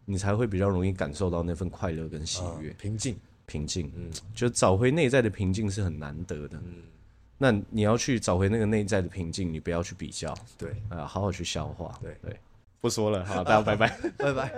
[SPEAKER 1] 你才会比较容易感受到那份快乐跟喜
[SPEAKER 2] 啊
[SPEAKER 1] 悦、
[SPEAKER 2] 平静，
[SPEAKER 1] 平静。嗯，就找回内在的平静是很难得的。嗯，那你要去找回那个内在的平静，你不要去比较，啊
[SPEAKER 2] 对，
[SPEAKER 1] 呃，好好去消化。
[SPEAKER 2] 对
[SPEAKER 1] 对，不说了，好，大家拜拜。
[SPEAKER 2] 拜拜。